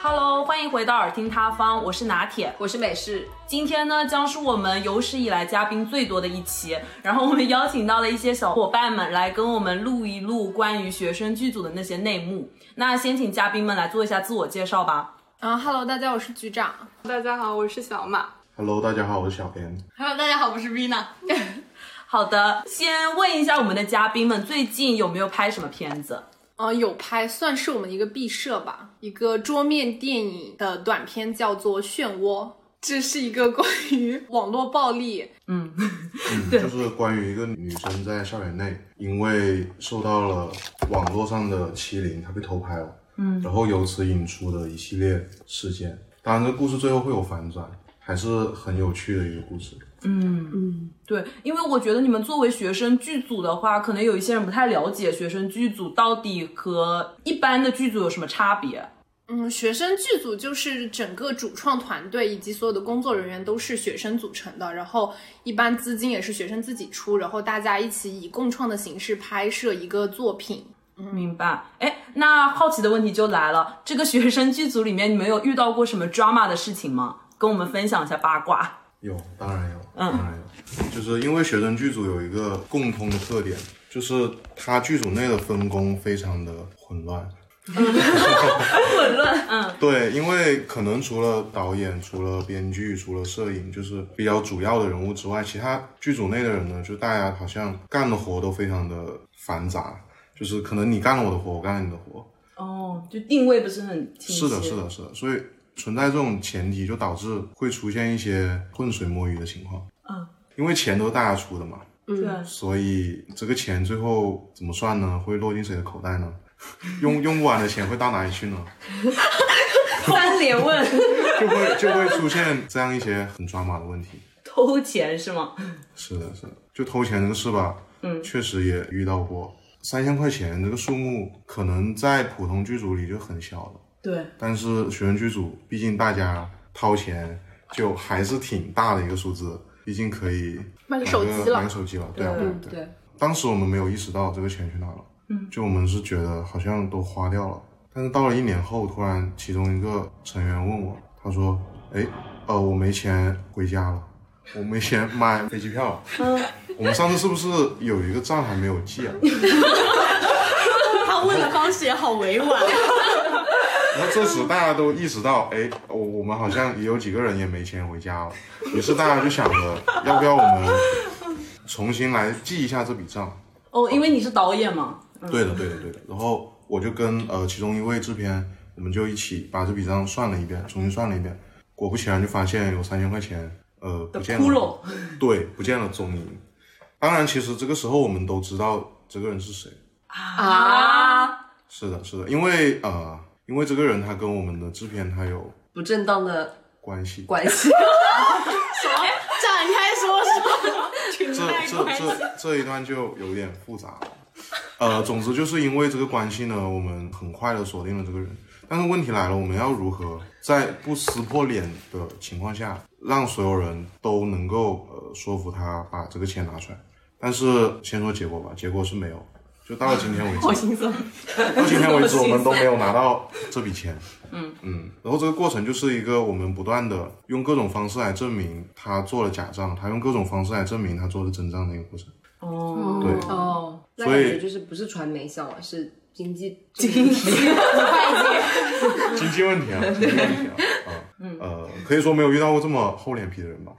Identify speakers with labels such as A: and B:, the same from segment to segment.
A: Hello，欢迎回到耳听他方，我是拿铁。
B: 我是美式，
A: 今天呢，将是我们有史以来嘉宾最多的一期。然后我们邀请到了一些小伙伴们来跟我们录一录关于学生剧组的那些内幕。那先请嘉宾们来做一下自我介绍吧。
C: 啊哈喽，大家，我是局长。
D: 大家好，我是小马。
E: Hello，大家好，我是小 N。
B: Hello，大家好，我是 Vina。
A: 好的，先问一下我们的嘉宾们，最近有没有拍什么片子？
C: 呃，有拍算是我们一个毕设吧，一个桌面电影的短片，叫做《漩涡》。这是一个关于网络暴力，
E: 嗯，就是关于一个女生在校园内，因为受到了网络上的欺凌，她被偷拍了，嗯，然后由此引出的一系列事件。当然，这故事最后会有反转，还是很有趣的一个故事。
A: 对，因为我觉得你们作为学生剧组的话，可能有一些人不太了解学生剧组到底和一般的剧组有什么差别。
C: 嗯，学生剧组就是整个主创团队以及所有的工作人员都是学生组成的，然后一般资金也是学生自己出，然后大家一起以共创的形式拍摄一个作品。
A: 明白。哎，那好奇的问题就来了，这个学生剧组里面，你们有遇到过什么 drama 的事情吗？跟我们分享一下八卦。
E: 有，当然有，
A: 嗯
E: 当然有，就是因为学生剧组有一个共通的特点，就是它剧组内的分工非常的混乱。
A: 嗯 混乱。嗯，
E: 对，因为可能除了导演、除了编剧、除了摄影，就是比较主要的人物之外，其他剧组内的人呢，就大家好像干的活都非常的繁杂，就是可能你干了我的活，我干了你的活，
A: 哦，就定位不是很清晰。
E: 是的，是。的，是的，所以存在这种前提，就导致会出现一些浑水摸鱼的情况。
A: 嗯，
E: 因为钱都是大家出的嘛，
B: 啊
A: 对，啊
E: 所以这个钱最后怎么算呢？会落进谁的口袋呢？用 用不完的钱会到哪里去呢？
A: 三连问
E: 就会就会出现这样一些很抓马的问题。
A: 偷钱是吗？
E: 是的，是的，就偷钱这个事吧，
A: 嗯
E: 确实也遇到过。三千块钱这个数目，可能在普通剧组里就很小了，
A: 对，
E: 但是学生剧组，毕竟大家掏钱就还是挺大的一个数字，毕竟可以
C: 卖个
E: 买个
C: 手机
E: 买
C: 了
E: 个，手机了，对啊，对啊
B: 嗯，
E: 对啊
B: 对，
E: 当时我们没有意识到这个钱去哪了，嗯，就我们是觉得好像都花掉了，但是到了一年后，突然其中一个成员问我，他说，哎，呃，我没钱回家了，我没钱买飞机票了，嗯，我们上次是不是有一个账还没有记啊？
B: 他问的方式也好委婉。
E: 然后这时大家都意识到，哎，我我们好像也有几个人也没钱回家了，于是大家就想着，要不要我们重新来记一下这笔账？
A: 哦，因为你是导演嘛。
E: 对的，对的，对的。然后我就跟呃其中一位制片，我们就一起把这笔账算了一遍，重新算了一遍，果不其然就发现有三千块钱，呃，不
A: 的
E: 见
A: 窟窿
E: 了，对，不见了踪影。当然，其实这个时候我们都知道这个人是谁，
A: 啊，
E: 是的，是的，因为呃，因为这个人他跟我们的制片他有
B: 不正当的
E: 关系，
B: 关系。
C: 展开说说。
E: 这这这这一段就有点复杂了。呃，总之就是因为这个关系呢，我们很快的锁定了这个人。但是问题来了，我们要如何在不撕破脸的情况下，让所有人都能够呃说服他把这个钱拿出来？但是先说结果吧，结果是没有。就到了今天为
A: 哦
E: 止，
B: 心酸。
E: 到今天为止，我们都没有拿到这笔钱。嗯嗯，然后这个过程就是一个我们不断的用各种方式来证明他做了假账，他用各种方式来证明他做了真账的一个过程。
A: 哦，
E: 对
B: 哦，那
E: 所
B: 感
E: 以
B: 觉就是不是传媒效啊，是经济 经济
E: 经济问题 啊，经济问题啊，啊，
B: 嗯
E: 呃，可以说没有遇到过这么厚脸皮的人吧，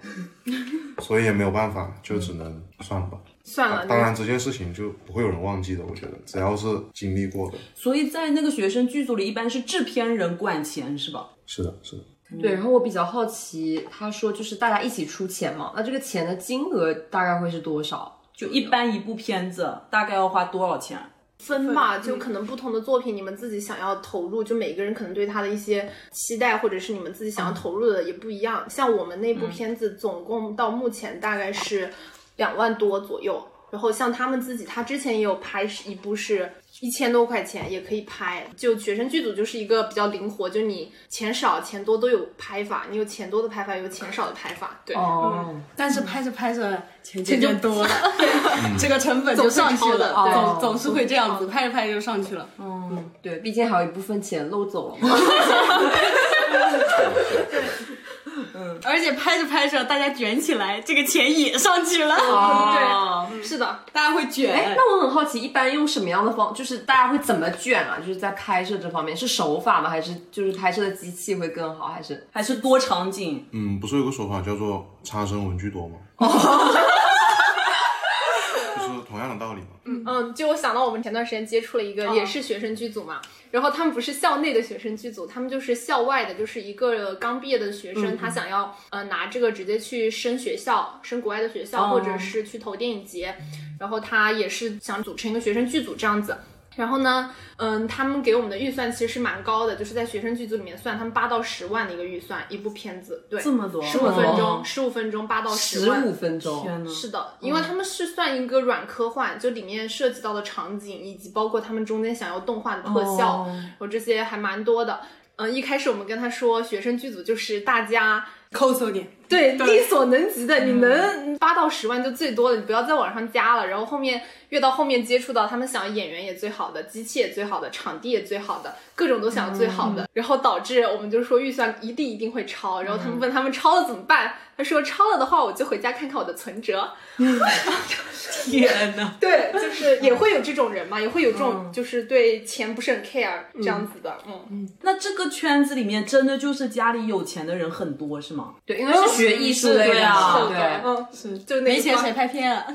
E: 所以也没有办法，就只能算了吧。
B: 嗯啊
C: 算了，
E: 当然，这件事情就不会有人忘记的，我觉得，只要是经历过的，
A: 所以在那个学生剧组里，一般是制片人管钱是吧？
E: 是的，是的。
B: 对，然后我比较好奇，他说就是大家一起出钱嘛，那这个钱的金额大概会是多少？
A: 就一般一部片子大概要花多少钱？
C: 分吧，就
D: 嗯
C: 可能不同的作品，你们自己想要投入，就每个人可能对它的一些期待，或者是你们自己想要
D: 啊
C: 投入的也不一样。像我们那
D: 嗯
C: 部片子，总共到目前大概是两万多左右。然后像他们自己，他之前也有拍一部是
F: 一千多块钱也可以拍。就学生剧组就是一个比较灵活，就你钱少钱多都有拍法，你有钱多的拍法，有钱少的拍法，对，
B: 哦，
D: 但是拍着拍着钱就变多了，这个成本
F: 总
D: 就上
F: 上
D: 去
F: 去
D: 了，哦
F: 了对
D: 总总是会这样子，拍着拍着就上去了。
B: 对，毕竟还有一部分钱漏走了 嘛。嗯
D: 而且拍着拍着，大家卷起来，这个钱也上去了，
F: 哦对，是的，
D: 大家会 卷。
B: 哎，那我很好奇，一般用什么样的方，就是大家会怎么卷啊？就是在拍摄这方面，是手法吗？还是就是拍摄的机器会更好？还是
A: 还是多场景，
E: 嗯，不是有个说法叫做“差生文具多”吗？
B: 哦
E: 就是同样的道理嘛。
F: 嗯，就我想到我们前段时间接触了一个，也是学生剧组嘛，然后他们不是校内的学生剧组，他们就是校外的，就是一个刚毕业的学生，他想要呃拿这个直接去升学校，升国外的学校，或者是去投电影节，然后他也是想组成一个学生剧组这样子。然后呢，嗯，他们给我们的预算其实是蛮高的，就是在学生剧组里面算，他们八到十万的一个预算，一部片子，对，
A: 这么多
F: 十五分
A: 哦
F: 钟，十五分钟八到
B: 哦十
F: 万，
B: 五分钟？
A: 天呐，
F: 是的，因为他们是算一个软科幻，就里面涉及到的场景，以及包括他们中间想要动画的特效，
A: 哦
F: 我这些还蛮多的。嗯，一开始我们跟他说，学生剧组就是大家
D: 抠搜点，
F: 对嗯力所能及的，你能八到十万就最多了，你不要再往上加了。然后后面越到后面接触到他们想演员也最好的，机器也最好的，场地也最好的，各种都想要最好的，然后导致我们就说预算一定一定会超。然后他们问他们超了怎么办，他说超了的话我就回家看看我的存折。
A: 天呐。
F: 对，就是也会有这种人嘛，也会有这种就是对钱不是很 care 这样子的，嗯，
A: 那这个圈子里面真的就是家里有钱的人很多是吗？
B: 对，因为是学艺术类
A: 对
B: 的
A: 啊
B: 嘛，
A: 是
B: 哦对。
F: 嗯，是就那
D: 没
F: 一
D: 钱
F: 块
D: 谁拍片啊？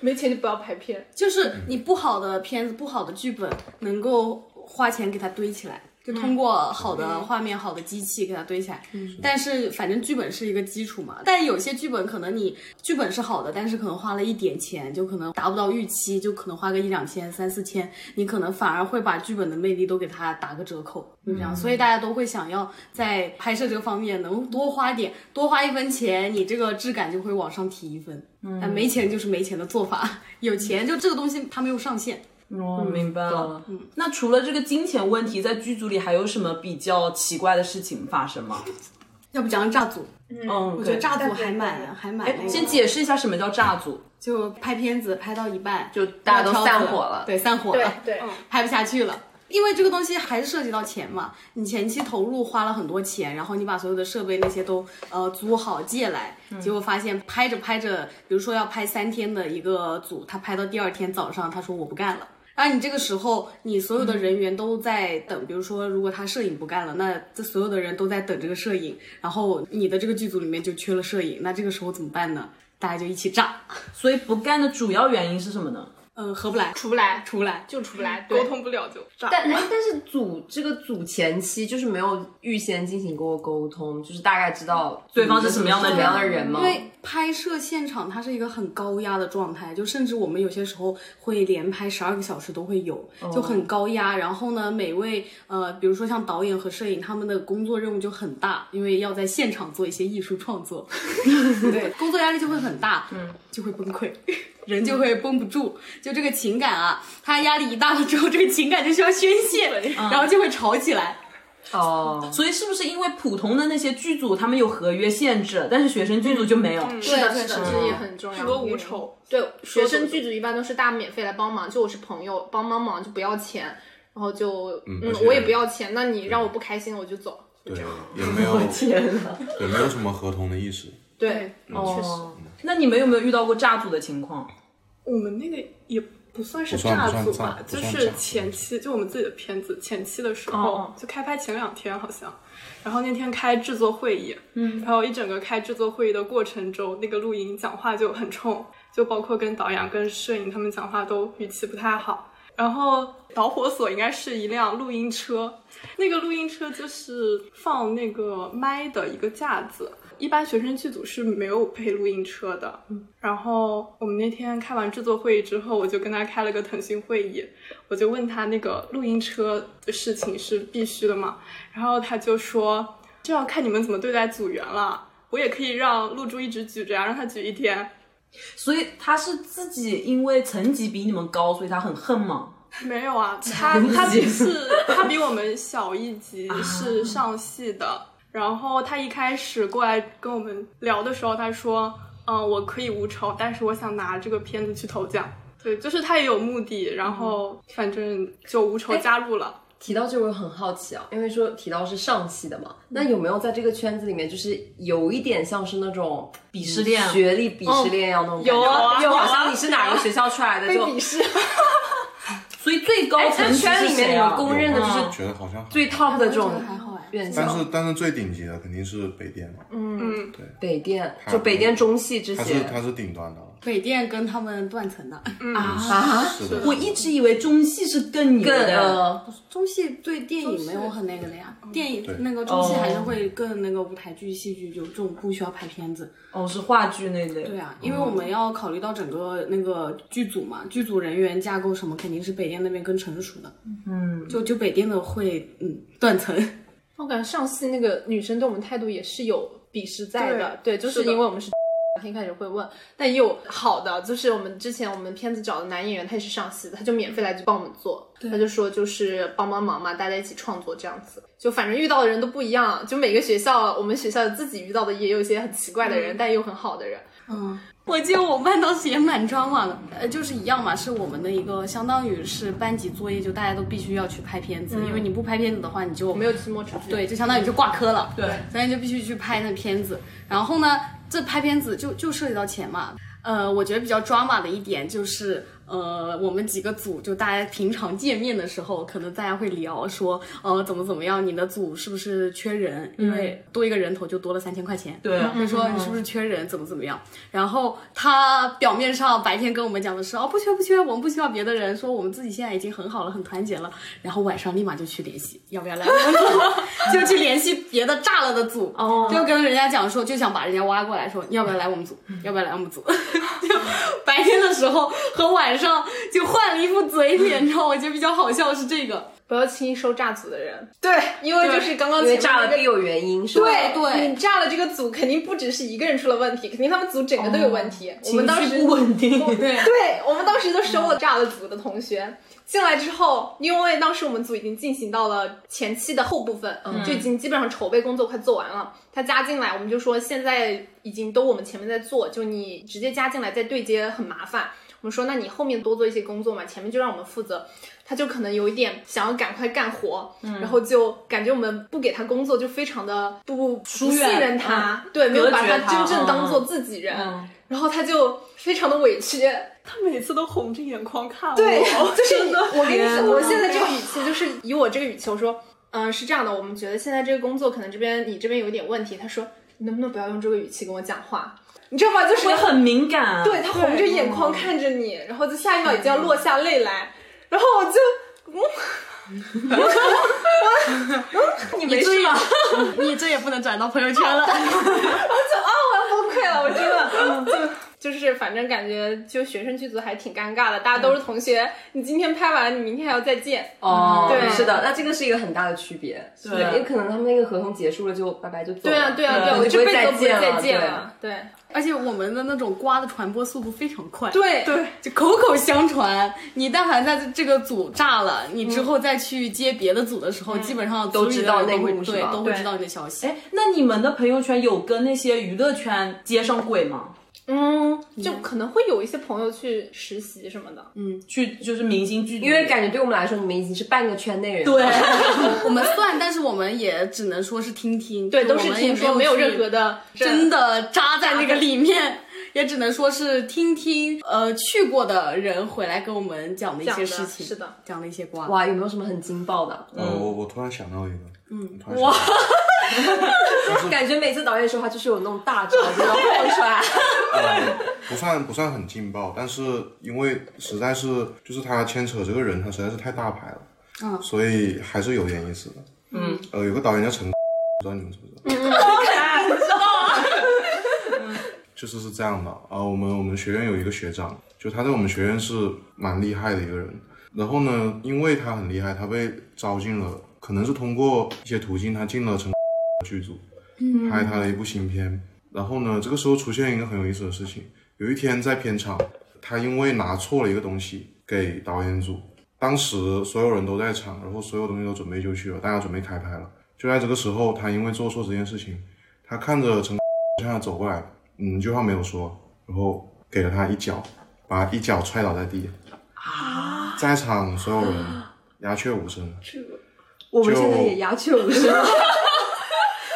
F: 没钱就不要拍片，
D: 就是你不好的片子、不好的剧本，能够花钱给它堆起来，就通过好的画面、好的机器给它堆起来。但是反正剧本是一个基础嘛，但有些剧本可能你剧本是好的，但是可能花了一点钱，就可能达不到预期，就可能花个一两千、三四千，你可能反而会把剧本的魅力都给它打个折扣，就这样。所以大家都会想要在拍摄这个方面能多花点，多花一分钱，你这个质感就会往上提一分。啊，没钱就是没钱的做法，有钱就这个东西它没有上限。
A: 哦，明白了。那除了这个金钱问题，在剧组里还有什么比较奇怪的事情发生吗？
D: 要不讲炸组，
A: 嗯，
D: 我觉得炸组还
F: 对对
D: 蛮
F: 对
D: 还蛮那
A: 哎，
D: 个。
A: 先解释一下什么叫炸组。
D: 就拍片子拍到一半，
B: 就大家都
D: 撂挑子
B: 散伙了
D: 对，散伙
F: 对
G: 啊
D: 了，
F: 对，嗯
D: 拍不下去了。因为这个东西还是涉及到钱嘛，你前期投入花了很多钱，然后你把所有的设备那些都呃租好借来，结果发现拍着拍着，比如说要拍三天的一个组，他拍到第二天早上，他说我不干了。然后你这个时候，你所有的人员都在等，比如说，如果他摄影不干了，那这所有的人都在等这个摄影，然后你的这个剧组里面就缺了摄影，那这个时候怎么办呢？大家就一起炸，
A: 所以不干的主要原因是什么呢？
D: 嗯，合不来，
F: 出不来，
D: 出不来，
F: 就出不来，对
G: 沟通不了就炸。
B: 但哎但是组这个组前期就是没有预先进行过沟通，就是大概知道
A: 对方是什么样的
B: 什么
A: 人
B: 样的人吗
D: 因？为拍摄现场它是一个很高压的状态，就甚至我们有些时候会连拍十二个小时都会有，就很高压。然后呢，每位呃，比如说像导演和摄影，他们的工作任务就很大，因为要在现场做一些艺术创 作，对，工作压力就会很大，嗯，就会崩溃。人就会绷不住，就这个情感啊，他压力一大了之后，这个情感就需要宣泄，然后就会吵起来。
B: 哦，
A: 所以是不是因为普通的那些剧组他们有合约限制，但是学生剧组就没有？
F: 是的，是的，
D: 对
F: 这
B: 嗯
F: 也很重要。
G: 说无酬，
F: 对学生剧组一般都是大家免费来帮忙，就我是朋友帮帮忙就不要钱，然后就嗯
E: 而且
F: 我也不要钱，那你让我不开心我就走，就这
E: 对
F: 样。，
E: 也没 有，也没有什么合同的意识。
G: 嗯
F: 对，确实。
A: 哦，那你们有没有遇到过炸组的情况？
G: 我们那个也不算是
E: 不算
G: 炸
E: 不
G: 组
E: 算
G: 吧，
E: 炸
G: 就
E: 不算
G: 是
E: 炸
G: 前期就我们自己的片子前期的时
A: 哦
G: 候，就开拍前两天好像，然后那天开制作会议，嗯，然后一整个开制作会议的过程中，那个录音讲话就很冲，就包括跟导演、跟摄影他们讲话都语气不太好。然后导火索应该是一辆录音车，那个录音车就是放那个麦的一个架子。一般学生剧组是没有配录音车的。
A: 嗯
G: 然后我们那天开完制作会议之后，我就跟他开了个腾讯会议，我就问他那个录音车的事情是必须的嘛，然后他就说这要看你们怎么对待组员了，我也可以让露珠一直举着呀，让他举一天。
A: 所以他是自己因为层级比你们高，所以他很恨吗？
G: 没有啊，他他不是他比我们小一级，是上戏的。然后他一开始过来跟我们聊的时候，他说：“嗯，我可以无酬，但是我想拿这个片子去投奖。”对，就是他也有目的，然后反正就无酬加入了。
B: 提到这个我很好奇啊，因为说提到是上戏的嘛，那有没有在这个圈子里面，就是有一点像是那种
A: 鄙视链
B: 学历鄙视链一样那种感觉？
G: 有啊
B: 就
G: 有啊
B: 好像你是哪个学校出来的，就
D: 视，
A: 所以最高
B: 哎
A: 层
B: 在
A: 级
B: 圈
A: 是
B: 里
A: 谁
B: 面有
A: 啊？
B: 公认的就是
E: 觉得好像还好
B: 最 top 的这
D: 我
B: 种
D: 觉得还好哎
B: 院
E: 但
B: 校，
E: 是但是最顶级的肯定是北电嘛，
G: 嗯，
B: 北电
E: 他
B: 就北电中戏这
E: 它是
B: 些
E: 它是顶端的了，
D: 北电跟他们断层的，
B: 啊，
E: 是的，
A: 我一直以为中戏是更牛
B: 更
A: 的，
F: 嗯
B: 呃
D: 中戏对电影没有很那个的呀，电影
E: 对
D: 那个中戏还是会更那个舞台剧、戏剧，就这种不需要排片子。
A: 哦，是话剧那类。
D: 对啊，因为我们要考虑到整个那个剧组嘛，剧组人员架构什么肯定是北电那边更成熟的。嗯，就就北电的会嗯断层，
C: 我感觉上戏那个女生对我们态度也是有鄙视在的，对，就是
G: 是的
C: 因为我们是。 一开始会问，但也有好的，就是我们之前我们片子找的男演员，他也是上戏的，他就免费来就帮我们做，他就说就是帮帮忙嘛，大家一起创作这样子，就反正遇到的人都不一样，就每个学校我们学校自己遇到的也有一些很奇怪的人，但也有很好的人，
D: 我记得我们班当时也蛮抓马的，呃，就是一样嘛，是我们的一个相当于是班级作业，就大家都必须要去拍片子，因为你不拍片子的话，你就
C: 没有期末成绩，
D: 对，就相当于就挂科了。
A: 对，
D: 所以就必须去拍那片子。然后呢，这拍片子就就涉及到钱嘛。呃，我觉得比较 drama 的一点就是，呃，我们几个组就大家平常见面的时候，可能大家会聊说，呃，怎么怎么样，你的组是不是缺人？因为多一个人头就多了三千块钱。
A: 嗯对啊，
D: 就说你是不是缺人，怎么怎么样。然后他表面上白天跟我们讲的是哦不缺不缺，我们不需要别的人，说我们自己现在已经很好了，很团结了。然后晚上立马就去联系要不要来我 们组， 就去联系别的炸了的组，
A: 哦
D: 就跟人家讲说就想把人家挖过来说你要不要来我们组，要不要来我们组。 就白天的时候和晚上就换了一副嘴脸，你知道，我觉得比较好笑是这个。
C: 不要轻易收炸组的人，
F: 对，
C: 因为就是刚刚
B: 因
C: 前
B: 为
C: 面
B: 炸
C: 那
B: 了
C: 个
B: 必有原因是吧？
C: 对
D: 对
F: 你炸了这个组，肯定不只是一个人出了问题，肯定他们组整个都有问题。
C: 哦
F: 我们当
A: 情
F: 时
A: 绪不稳定。
D: 对
F: 对我们当时就收了炸了组的同学。进来之后，因为当时我们组已经进行到了前期的后部分，嗯
A: 嗯
F: 就已经基本上筹备工作快做完了。他加进来，我们就说现在已经都我们前面在做，就你直接加进来再对接很麻烦。我们说，那你后面多做一些工作嘛，前面就让我们负责。他就可能有一点想要赶快干活，
A: 嗯
F: 然后就感觉我们不给他工作，就非常的不不信
A: 远
F: 任他，对，没有
A: 隔
F: 把
A: 绝
F: 他
A: 他嗯
F: 真正当做自己人，然后他就非常的委屈，
G: 他每次都红着眼眶看我。
F: 对， 就是我跟你
A: 天
F: 说，我现在这个语气就是以我这个语气，我说，嗯、是这样的，我们觉得现在这个工作可能这边你这边有一点问题。他说，你能不能不要用这个语气跟我讲话？你知道吗？就是
A: 会很敏感、啊，
F: 对他红着眼眶看着你，然后就下一秒已经要落下泪来，然后我就，嗯，你没事吧？
D: 你这也不能转到朋友圈了。
F: 啊崩溃了，我真 的嗯就就是反正感觉就学生剧组还挺尴尬的，大家都是同学，你今天拍完，你明天还要再见。
B: 哦，
F: 嗯对
B: 是的，那这个是一个很大的区别，
A: 对
B: 也可能他们那个合同结束了就拜拜就走了。
F: 对啊，对啊，对啊，
B: 对
F: 我
B: 嗯就
F: 这
B: 不
F: 辈
B: 会
F: 子
B: 再
F: 都不会
B: 见
F: 再
B: 了
F: 见
B: 对
F: 了。对
D: 而且我们的那种瓜的传播速度非常快，
F: 对对，
D: 就口口相传。你但凡在这个组炸了，你
F: 嗯
D: 之后再去接别的组的时候，基本上
B: 都知道
D: 组里的人
B: 内幕
D: 都会
B: 是吧
D: 对，都会
F: 对
D: 知道你的消息。
A: 哎，那你们的朋友圈有跟那些娱乐圈接上轨吗？
F: 嗯，就可能会有一些朋友去实习什么的。
A: 去就是明星剧组里，
B: 因为感觉对我们来说，你们已经是半个圈内人了。
A: 对，
D: 我们算，但是我们也只能说是听听，
F: 对，
D: 就
F: 都是
D: 我们也
F: 听说，没有
D: 去
F: 任何的
D: 真的扎在那个里面。 也只能说是听听，呃，去过的人回来跟我们讲的一
F: 讲
D: 些
F: 的
D: 事情，
F: 是的，
D: 讲的一些瓜。
B: 哇，有没有什么很劲爆的？
E: 呃，我我突然想到一个，嗯，
B: 哇，感觉每次导演说话就是有那种大招，就要放出 来。
E: 呃不算不算很劲爆，但是因为实在是就是他牵扯这个人，他实在是太大牌了，嗯，所以还是有点意思的。嗯，呃，有个导演叫陈， 不知道你们知不知道？嗯，知道。 就是是这样的啊、呃我们我们学院有一个学长，就他在我们学院是蛮厉害的一个人。然后呢，因为他很厉害，他被招进了，可能是通过一些途径，他进了陈 剧组，拍他的一部新片。然后呢，这个时候出现一个很有意思的事情，有一天在片场，他因为拿错了一个东西给导演组，当时所有人都在场，然后所有东西都准备就绪了，大家准备开拍了。就在这个时候，他因为做错这件事情，他看着陈 向他走过来，嗯，一句话没有说，然后给了他一脚，把他一脚踹倒在地。啊！在场所有人鸦雀无声。
B: 我们现在也鸦雀无声。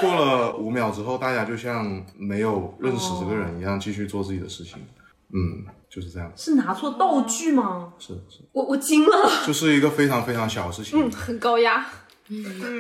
E: 过了五秒之后，大家就像没有认识这个人一样，继续做自己的事情。嗯，就是这样，
A: 是拿错道具吗？
E: 是是，
B: 我我惊了，
E: 就是一个非常非常小的事情，
F: 很高压。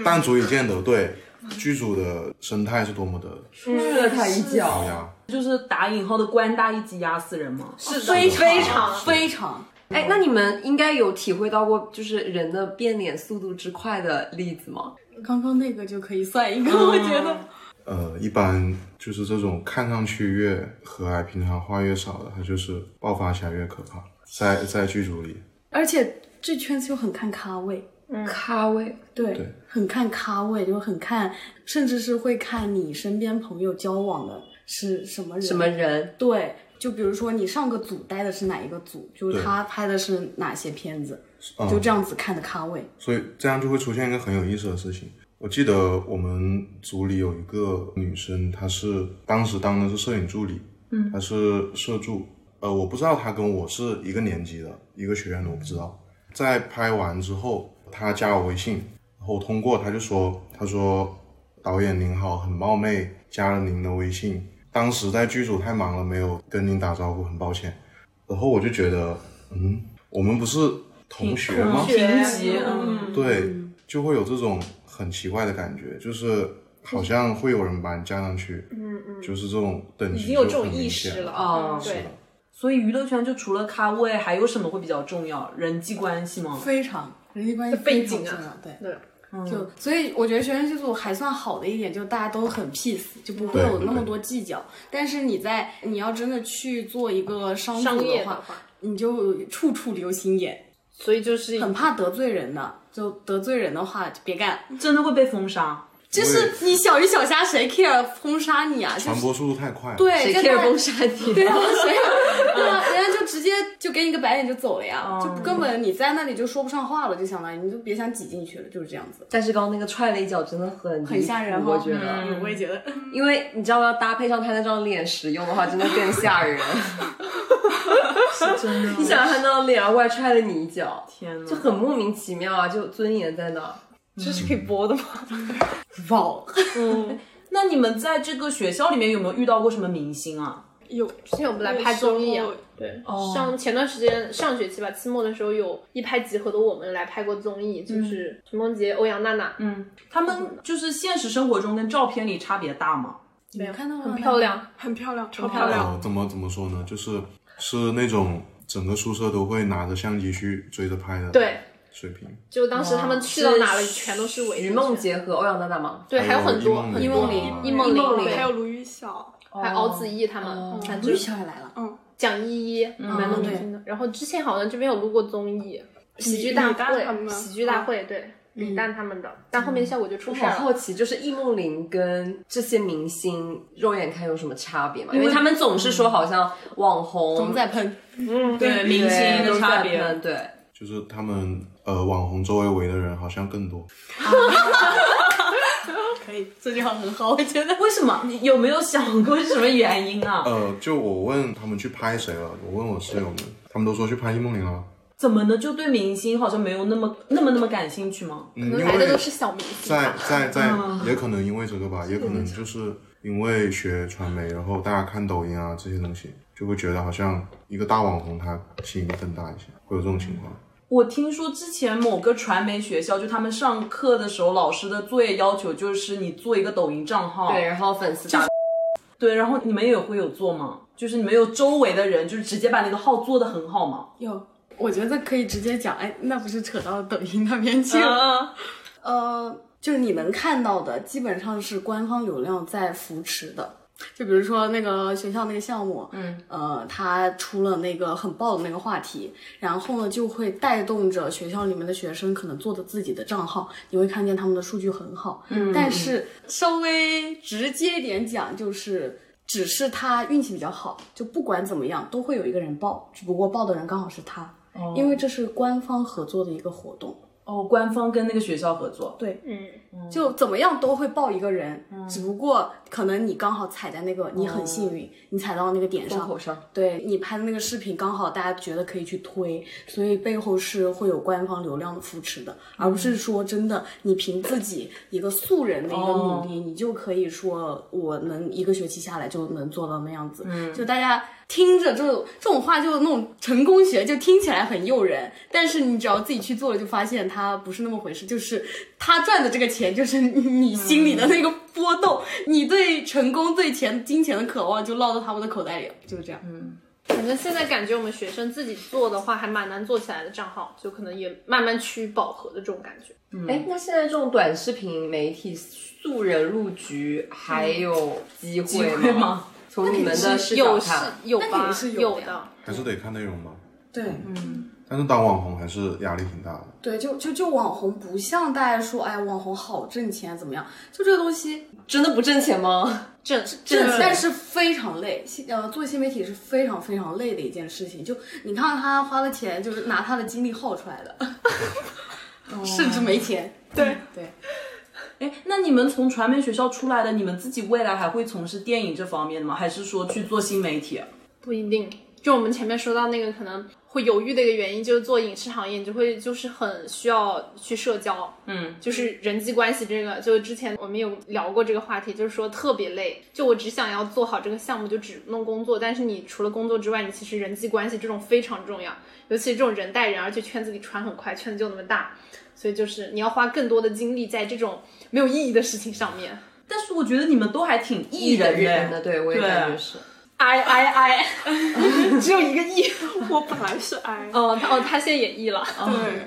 E: 但足以见得对剧组的生态是多么的
B: 踢了他一
E: 高
B: 脚。
E: 压。
A: 就是打引号的官大一级压死人吗？
F: 是
D: 非
F: 非
D: 常
F: 非常
D: 非常
B: 哎，那你们应该有体会到过就是人的变脸速度之快的例子吗？
D: 刚刚那个就可以算一个，
F: 嗯
D: 我觉得。
E: 呃，一般就是这种看上去越和蔼、平常话越少的，他就是爆发起来越可怕。在在剧组里，
D: 而且这圈子又很看咖位，
B: 咖位，
D: 对，
E: 对
D: 很看咖位，就很看，甚至是会看你身边朋友交往的是什么人，
B: 什么人？
D: 对。就比如说你上个组待的是哪一个组，就是
E: 对
D: 他拍的是哪些片子，
E: 嗯
D: 就这样子看的咖位。
E: 所以这样就会出现一个很有意思的事情。我记得我们组里有一个女生，她是当时当的是摄影助理，嗯，她是摄助，呃，我不知道她跟我是一个年级的一个学院的，我不知道。在拍完之后，她加我微信，然后通过她就说，她说导演您好，很冒昧加了您的微信，当时在剧组太忙了，没有跟您打招呼，很抱歉。然后我就觉得，嗯，我们不是同学吗？
A: 评级，嗯，
E: 对，就会有这种很奇怪的感觉，就是好像会有人把你加上去，嗯嗯，就是这种等级
F: 已经有这
E: 就
F: 种
E: 很
F: 意
E: 明
F: 识
E: 显
F: 了。
B: 哦
F: 嗯对，
A: 所以娱乐圈就除了咖位，还有什么会比较重要？人际关系吗？
D: 非常人际关系
F: 背
D: 非常
F: 景啊
D: 重要，对
F: 对。
D: 就所以我觉得学生剧组还算好的一点，就大家都很 peace，就不会
E: 对
D: 有那么
E: 对
D: 多计较。但是你在你要真的去做一个商
F: 商
D: 组
F: 业
D: 的
F: 的
D: 话
F: 话，
D: 你就处处留心眼，
F: 所以就是
D: 很怕得罪人的。就得罪人的话，就别干。
A: 真的会被封杀？
D: 就是你小鱼小虾，谁 care 封杀你啊？就
E: 传
D: 是
E: 播速度太快了，，
F: 啊哎
D: 对，
B: 谁
D: 在大
B: care 封杀你？
D: 对啊，谁对啊，人家就直接就给你个白眼就走了呀，就根本你在那里就说不上话了，就相当于你就别想挤进去了，就是这样子，
B: 但是刚刚那个踹了一脚，真的很
D: 很吓人
B: 离
D: 哦
B: 谱我觉得，
D: 嗯我也觉得。
B: 因为你知道要搭配上他那张脸使用的话，真的更吓人。
A: 真的
B: 你想他那张脸，然后过来踹了你一脚，
A: 天
B: 就
A: 哪！
B: 很莫名其妙啊，就尊严在哪？
F: 这是可以播的吗？
D: 哇，
A: 那你们在这个学校里面有没有遇到过什么明星啊？
G: 有
F: 之前我们来拍综艺啊，对，
A: 哦
F: 上前段时间上学期吧，期末的时候有一拍即合的我们来拍过综艺，就是陈梦洁、欧阳娜娜，
A: 嗯，他们就是现实生活中跟照片里差别大吗？
D: 你们看到了
F: 很
D: 吗
F: 漂。亮，
G: 很漂亮，超漂亮。
E: 呃，怎么怎么说呢？就是是那种整个宿舍都会拿着相机去追着拍的，
F: 对，
E: 水平。
F: 就当时他们去到哪里全都是围
B: 于
F: 着
B: 梦
F: 去
B: 洁和欧阳娜娜吗？
F: 对，还有
E: 还有
F: 很多
E: 一
F: 很
E: 梦
F: 多
E: 玲啊
F: 一梦
B: 一
F: 玲
B: 梦玲
F: 对
G: 还有卢宇晓，
F: 还有敖子逸他们，嗯反正
D: 陆小也来了，
F: 蒋依依
G: 嗯
F: 蛮能听的。然后之前好像这边有录过综艺，喜剧大
G: 李诞他们
F: 会，
G: 吗啊
F: 喜剧大会对
D: 嗯
F: 李诞他们的，但后面效果就出
B: 我
F: 事
B: 好
F: 儿了。
B: 好奇，就是易梦玲跟这些明星肉眼看有什么差别吗？因
A: 为
B: 为他们总是说好像网红
D: 总在喷，
A: 对，
B: 对
A: 明星的
B: 都在
A: 差别。
B: 喷对。
E: 就是他们呃网红周围围的人好像更多，
D: 可以，这句话很好，我觉得。
A: 为什么？你有没有想过是什么原因啊？
E: 呃，就我问他们去拍谁了，我问我室友们，他们都说去拍易梦玲了，
A: 怎么呢？就对明星好像没有那么那么那么感兴趣吗？
E: 嗯，
F: 可
E: 因
F: 能来的
E: 为
F: 都是小明星
E: 在
F: 吧，
E: 在在，
D: 嗯
E: 也可能因为这个吧，也可能就是因为学传媒，然后大家看抖音啊这些东西，就会觉得好像一个大网红他吸引力更大一些，会有这种情况。
D: 嗯
A: 我听说之前某个传媒学校，就他们上课的时候，老师的作业要求就是你做一个抖音账号。
B: 对，然后粉丝打
A: 对然后你们也会有做吗？就是你们有周围的人，就是直接把那个号做得很好吗？
D: 有，我觉得可以直接讲，哎，那不是扯到抖音那边去了？
A: 嗯，
D: 呃，就是你能看到的，基本上是官方流量在扶持的。就比如说那个学校那个项目，嗯，呃，他出了那个很爆的那个话题，然后呢就会带动着学校里面的学生可能做的自己的账号，你会看见
A: 嗯
D: 他们的数据很好，嗯，但是稍微直接一点讲就是。只是他运气比较好，就不管怎么样都会有一个人报，只不过报的人刚好是他，因为这是官方合作的一个活动，
A: 哦，官方跟那个学校合作，
D: 对，
F: 嗯，
D: 就怎么样都会报一个人，只不过可能你刚好踩在那个，你很幸运，你踩到那个点上，
B: 口上，
D: 对你拍的那个视频刚好大家觉得可以去推，所以背后是会有官方流量的扶持的，而不是说真的你凭自己一个素人的一个努力，你就可以说我能一个学期下来就能做到那样子。嗯，就大家听着这种这种话，就那种成功学，就听起来很诱人，但是你只要自己去做了，就发现它不是那么回事，就是他赚的这个钱就是你心里的那个波动，你对成功、对钱、金钱的渴望就落到他们的口袋里了，就是这样。
F: 反正现在感觉我们学生自己做的话，还蛮难做起来的账号，就可能也慢慢趋于饱和的这种感觉。
B: 哎，那现在这种短视频媒体素人入局还有嗯机
A: 机
B: 会
A: 会吗？
B: 从你们的视角
F: 有是
B: 看，
F: 有
D: 那
F: 吧
D: 肯定，是有
F: 有
D: 的呀
F: 的。
E: 还是得看内容吧。
D: 对，
E: 但是当网红还是压力挺大的。
D: 对，就就就网红不像大家说，哎，网红好挣钱怎么样？就这个东西
B: 真的不挣钱吗？
F: 正
D: 挣，但是非常累。新呃，做新媒体是非常非常累的一件事情。就你看他花的钱，就是拿他的精力耗出来的， 甚至没钱。
G: 对
D: 对，
A: 哎，那你们从传媒学校出来的，你们自己未来还会从事电影这方面的吗？还是说去做新媒体？
F: 不一定。就我们前面说到那个可能会犹豫的一个原因，就是做影视行业，你就会就是很需要去社交，
A: 嗯，
F: 就是人际关系这个，就之前我们有聊过这个话题，就是说特别累。就我只想要做好这个项目，就只弄工作，但是你除了工作之外，你其实人际关系这种非常重要，尤其是这种人带人，而且圈子里传很快，圈子就那么大，所以就是你要花更多的精力在这种没有意义的事情上面。
A: 但是我觉得你们都还挺艺人
B: 艺人的，
A: 嘞，
B: 对我也感觉是。
F: 哎哎哎，只有一个亿。
G: 我本来是 I，
F: 哦，他哦，他现在也艺了。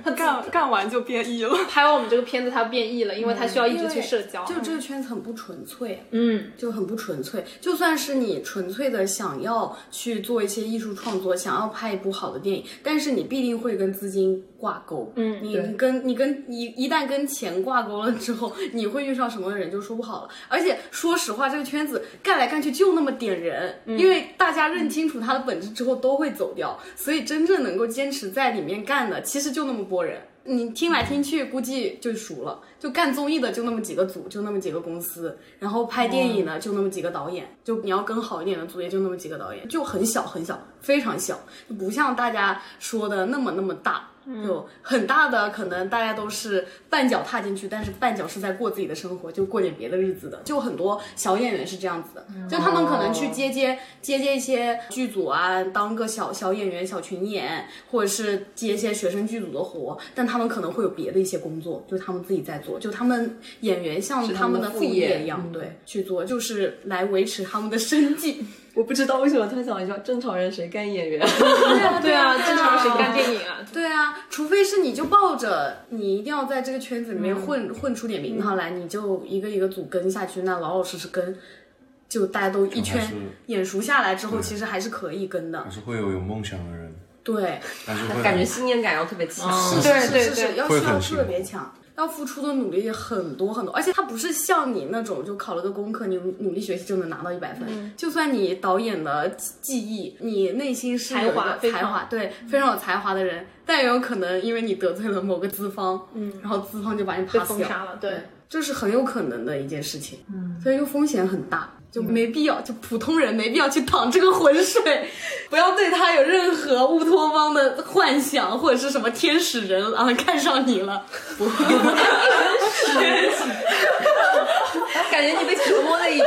G: 对，干干完就变 E 了。
F: 拍完我们这个片子，他变异了，因为他需要一直去社交。
D: 就这个圈子很不纯粹。啊
F: 嗯，
D: 就很不纯粹。就算是你纯粹的想要去做一些艺术创作，想要拍一部好的电影，但是你必定会跟资金挂钩。
F: 嗯
D: 你你跟你跟一一旦跟钱挂钩了之后，你会遇上什么人就说不好了。而且说实话，这个圈子干来干去就那么点人，因为大家认清楚它的本质之后都会走掉，所以真正能够坚持在里面干的，其实就那么拨人。你听来听去，估计就熟了。就干综艺的就那么几个组，就那么几个公司，然后拍电影的就那么几个导演，就你要跟好一点的组也就那么几个导演，就很小很小，非常小，就不像大家说的那么那么大。就很大的，可能大家都是半脚踏进去，但是半脚是在过自己的生活，就过点别的日子的。就很多小演员是这样子的，就他们可能去接接接接一些剧组啊，当个小小演员、小群演，或者是接一些学生剧组的活，但他们可能会有别的一些工作，就他们自己在做，就他们演员像他们的副业嗯一样，对，去做，就是来维持他们的生计。
B: 我不知道为什么突然想到一句话：正常人谁干演 员？
D: 对啊，
F: 对啊，正常人谁干电影啊？
D: 对啊，除非是你就抱着你一定要在这个圈子里面混、混出点名堂来，你就一个一个组跟下去，那老老实实跟，就大家都一圈
E: 还是
D: 眼熟下来之后，
E: 对
D: 其实还是可以跟的
E: 还。是会有有梦想的人，
D: 对，
E: 还是会
B: 感觉信念感要特别强。
F: 对对
D: 是是
F: 对，
D: 要
E: 会
D: 需
E: 很
D: 要
E: 辛
D: 特
E: 苦
D: 别强，要付出的努力很多很多，而且它不是像你那种就考了个功课，你努力学习就能拿到一百分。
F: 嗯
D: 就算你导演的技技艺，你内心是有一
F: 才华
D: 个
F: 非
D: 才
F: 常
D: 华，对，非常有才华的人，但也有可能因为你得罪了某个资方，嗯，然后资方就把你
F: 被
D: pass
F: 封
D: 掉，
F: 杀了。对，
D: 这是很有可能的一件事情，嗯，所以就风险很大，就没必要，就普通人没必要去淌这个浑水， 不要对他有任何乌托邦的幻想或者是什么天使人啊看上你了， 不会，
B: 哎感觉你被折磨的已 经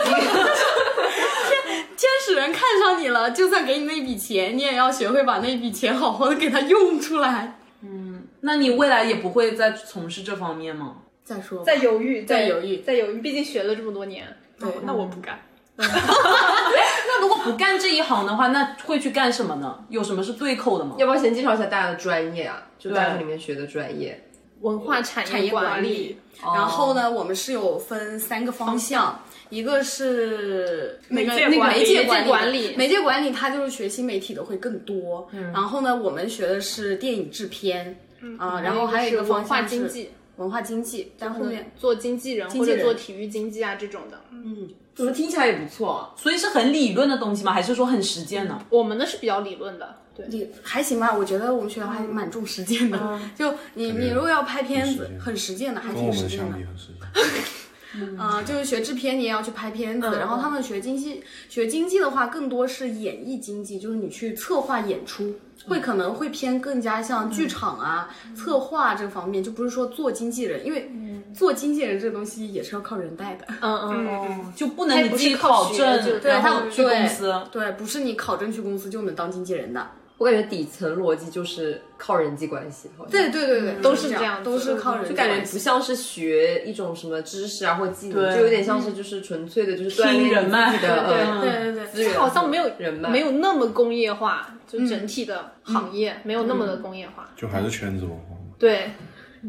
D: 天使人看上你了，就算给你那笔钱，你也要学会把那笔钱好好的给他用出来。
A: 那你未来也不会再从事这方面吗？
D: 再说吧，
F: 在犹豫，
D: 在犹豫
F: 在犹豫，毕竟学了这么多年。
G: 那我不干，
A: 那如果不干这一行的话，那会去干什么呢？有什么是对口的吗？
B: 要不要先介绍一下大家的专业啊？就大学里面学的专业。
F: 文化产
D: 产业管
F: 管
D: 理，然
F: 哦
D: 后呢，我们是有分三个方向，一个是那个
G: 媒介
D: 那个
G: 管理
D: 媒介
F: 媒介
D: 管
F: 管理嗯
D: 媒介管理它就是学新媒体的会更多。然后呢，我们学的是电影制片啊，然后还有
F: 嗯
D: 一
F: 是
D: 个
F: 文
D: 方
F: 化
D: 向
F: 经
D: 是
F: 济，嗯
D: 文化经济，但后面
F: 做经纪人
D: 纪
F: 或
D: 人
F: 者做体育经济啊这种的。
D: 嗯，
B: 怎么听起来也不错。
A: 所以是很理论的东西吗？还是说很实践呢？
F: 我们的是比较理论的，对，
D: 你还行吧，我觉得我们学校还
F: 嗯
D: 蛮重实践的。 就你你如果要拍片
E: 很实践
D: 子，很实践的，还
E: 跟我
D: 挺实
E: 们
D: 践
E: 相
D: 的
E: 比。 很实际。
D: 啊、就是学制片你也要去拍片子，
B: 嗯
D: 然后他们学经济，学经济的话更多是演艺经济，就是你去策划演出，会可能会偏更加像剧场啊、策划这方面，就不是说做经纪人，因为做经纪人这个东西也是要靠人带的。
A: 嗯
F: 哦
A: 嗯，
G: 嗯，
A: 就不能你自己考
F: 它也不是靠学
A: 证，
F: 就
A: 然
D: 他
A: 后去公司。
D: 对，不是你考证去公司就能当经纪人的。
B: 我感觉底层逻辑就是靠人际关系，好像
D: 对对对对，
F: 都是
D: 是
F: 这样
D: 样，
F: 子
D: 都是靠人
B: 就
D: 际
B: 感觉
D: 关
B: 不
D: 系。
B: 像是学一种什么知识啊或技能，
A: 对
B: 就有点像是就是纯粹的，就是锻炼
A: 拼人脉
B: 你自己的
A: 对
B: 呃
D: 对对对
B: 资源，
F: 好像没有
B: 人脉，
F: 没有那么工业化，就整体的行业没有那么的工业化。
E: 就还是圈子文化。
F: 对，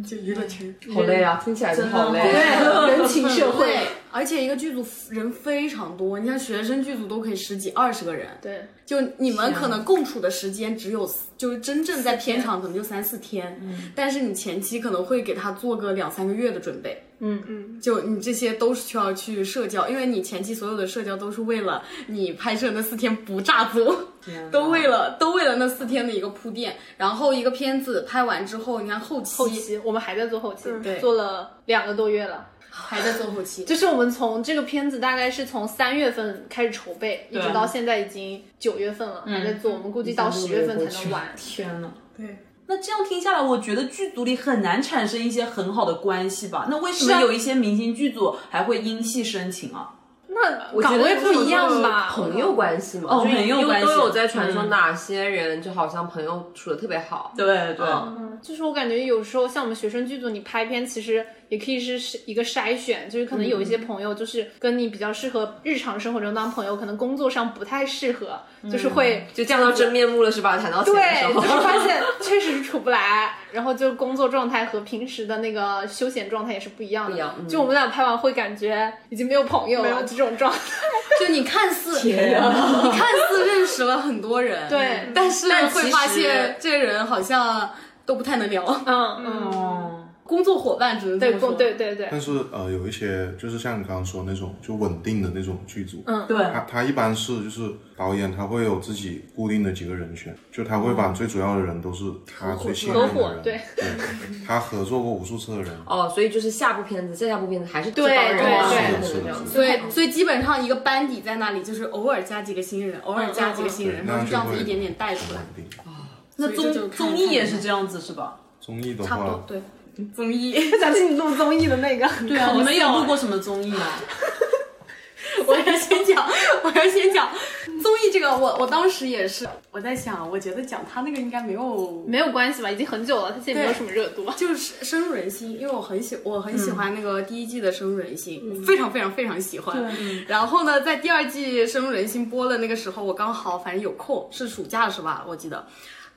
D: 就娱乐圈。
B: 好累啊，听起来就好累。
F: 嗯对， 人情社会
D: 对，，而且一个剧组人非常多，你看学生剧组都可以十几二十个人，
F: 对，
D: 就你们可能共处的时间只有四，就是真正在片场可能就三四天，
F: 嗯
D: 但是你前期可能会给他做个两三个月的准备，
F: 嗯
G: 嗯，
D: 就你这些都是需要去社交，因为你前期所有的社交都是为了你拍摄那四天不炸锅，都为了都为了那四天的一个铺垫，然后一个片子拍完之后，你看后期
F: 后期我们还在做后期，
D: 对
F: 做了两个多月了。
D: 还在做后期，
F: 就是我们从这个片子大概是从三月份开始筹备，一直到现在已经九月份了，还在
B: 嗯
F: 做。我们估计到十月份才能完。
A: 天呐，对。那这样听下来，我觉得剧组里很难产生一些很好的关系吧？那为什么有一些明星剧组还会因戏生情啊？
B: 那我
F: 岗
B: 觉
F: 位
B: 得
F: 不一样吧
B: 朋友关系嗯嘛，
A: 哦
B: 就是
A: 朋友关系
B: 都有在传说哪些人就好像朋友处的特别好，
A: 对对，
F: 嗯就是我感觉有时候像我们学生剧组，你拍片其实也可以是一个筛选，就是可能有一
B: 嗯
F: 些朋友就是跟你比较适合日常生活中当朋友，可能工作上不太适合，就是会
B: 就见到真面目了是吧？谈到钱的时
F: 对，
B: 候，
F: 就是发现确实是处不来，然后就工作状态和平时的那个休闲状态也是不一样的。
B: 不一样嗯
F: 就我们俩拍完会感觉已经没有朋友了，这种状态。
D: 就你看似你看似认识了很多人，
F: 对
D: 啊但是
B: 但其
D: 会
B: 实
D: 发现这人好像都不太能聊，
F: 嗯嗯，
A: 哦，
D: 工作伙伴只能这
F: 对，
D: 么说
F: 共对对对，
E: 但是呃，有一些就是像你刚刚说那种就稳定的那种剧组，嗯，
A: 对，
E: 他他一般是就是导演他会有自己固定的几个人选，就他会把最主要的人都是他最信任
F: 合
E: 的
F: 伙
E: 人，
F: 对
E: 他合作过无数次的人，
B: 哦，所以就是下部片子、再下部片子还是
F: 对
B: 这帮人
F: 对
B: 哇
E: 对
B: 是的这样子。
D: 所以，所以基本上一个班底在那里，就是偶尔加几个新人，偶尔加几个新人，
E: 那
D: 然后
E: 样
D: 这样
E: 就
D: 子
E: 会
D: 一点点带出
E: 很
D: 来
E: 稳。定。
A: 那
D: 所以这
A: 综
D: 就看
A: 综艺也是这样子是吧？
E: 综艺的
D: 差不多
E: 话，，
D: 对，综艺
F: 想起你录综艺的那个，
A: 对啊，你们有录过什么综艺吗？
D: 我要先讲， 我要先讲综艺这个，我我当时也是，我在想，我觉得讲他那个应该没有
F: 没有关系吧，已经很久了，他现在没有什么热度。
D: 就是深入人心，因为我很喜我很喜欢那个第一季的深入人心，非常非常非常喜欢。然后呢，在第二季深入人心播的那个时候，我刚好反正有空，是暑假是吧？我记得。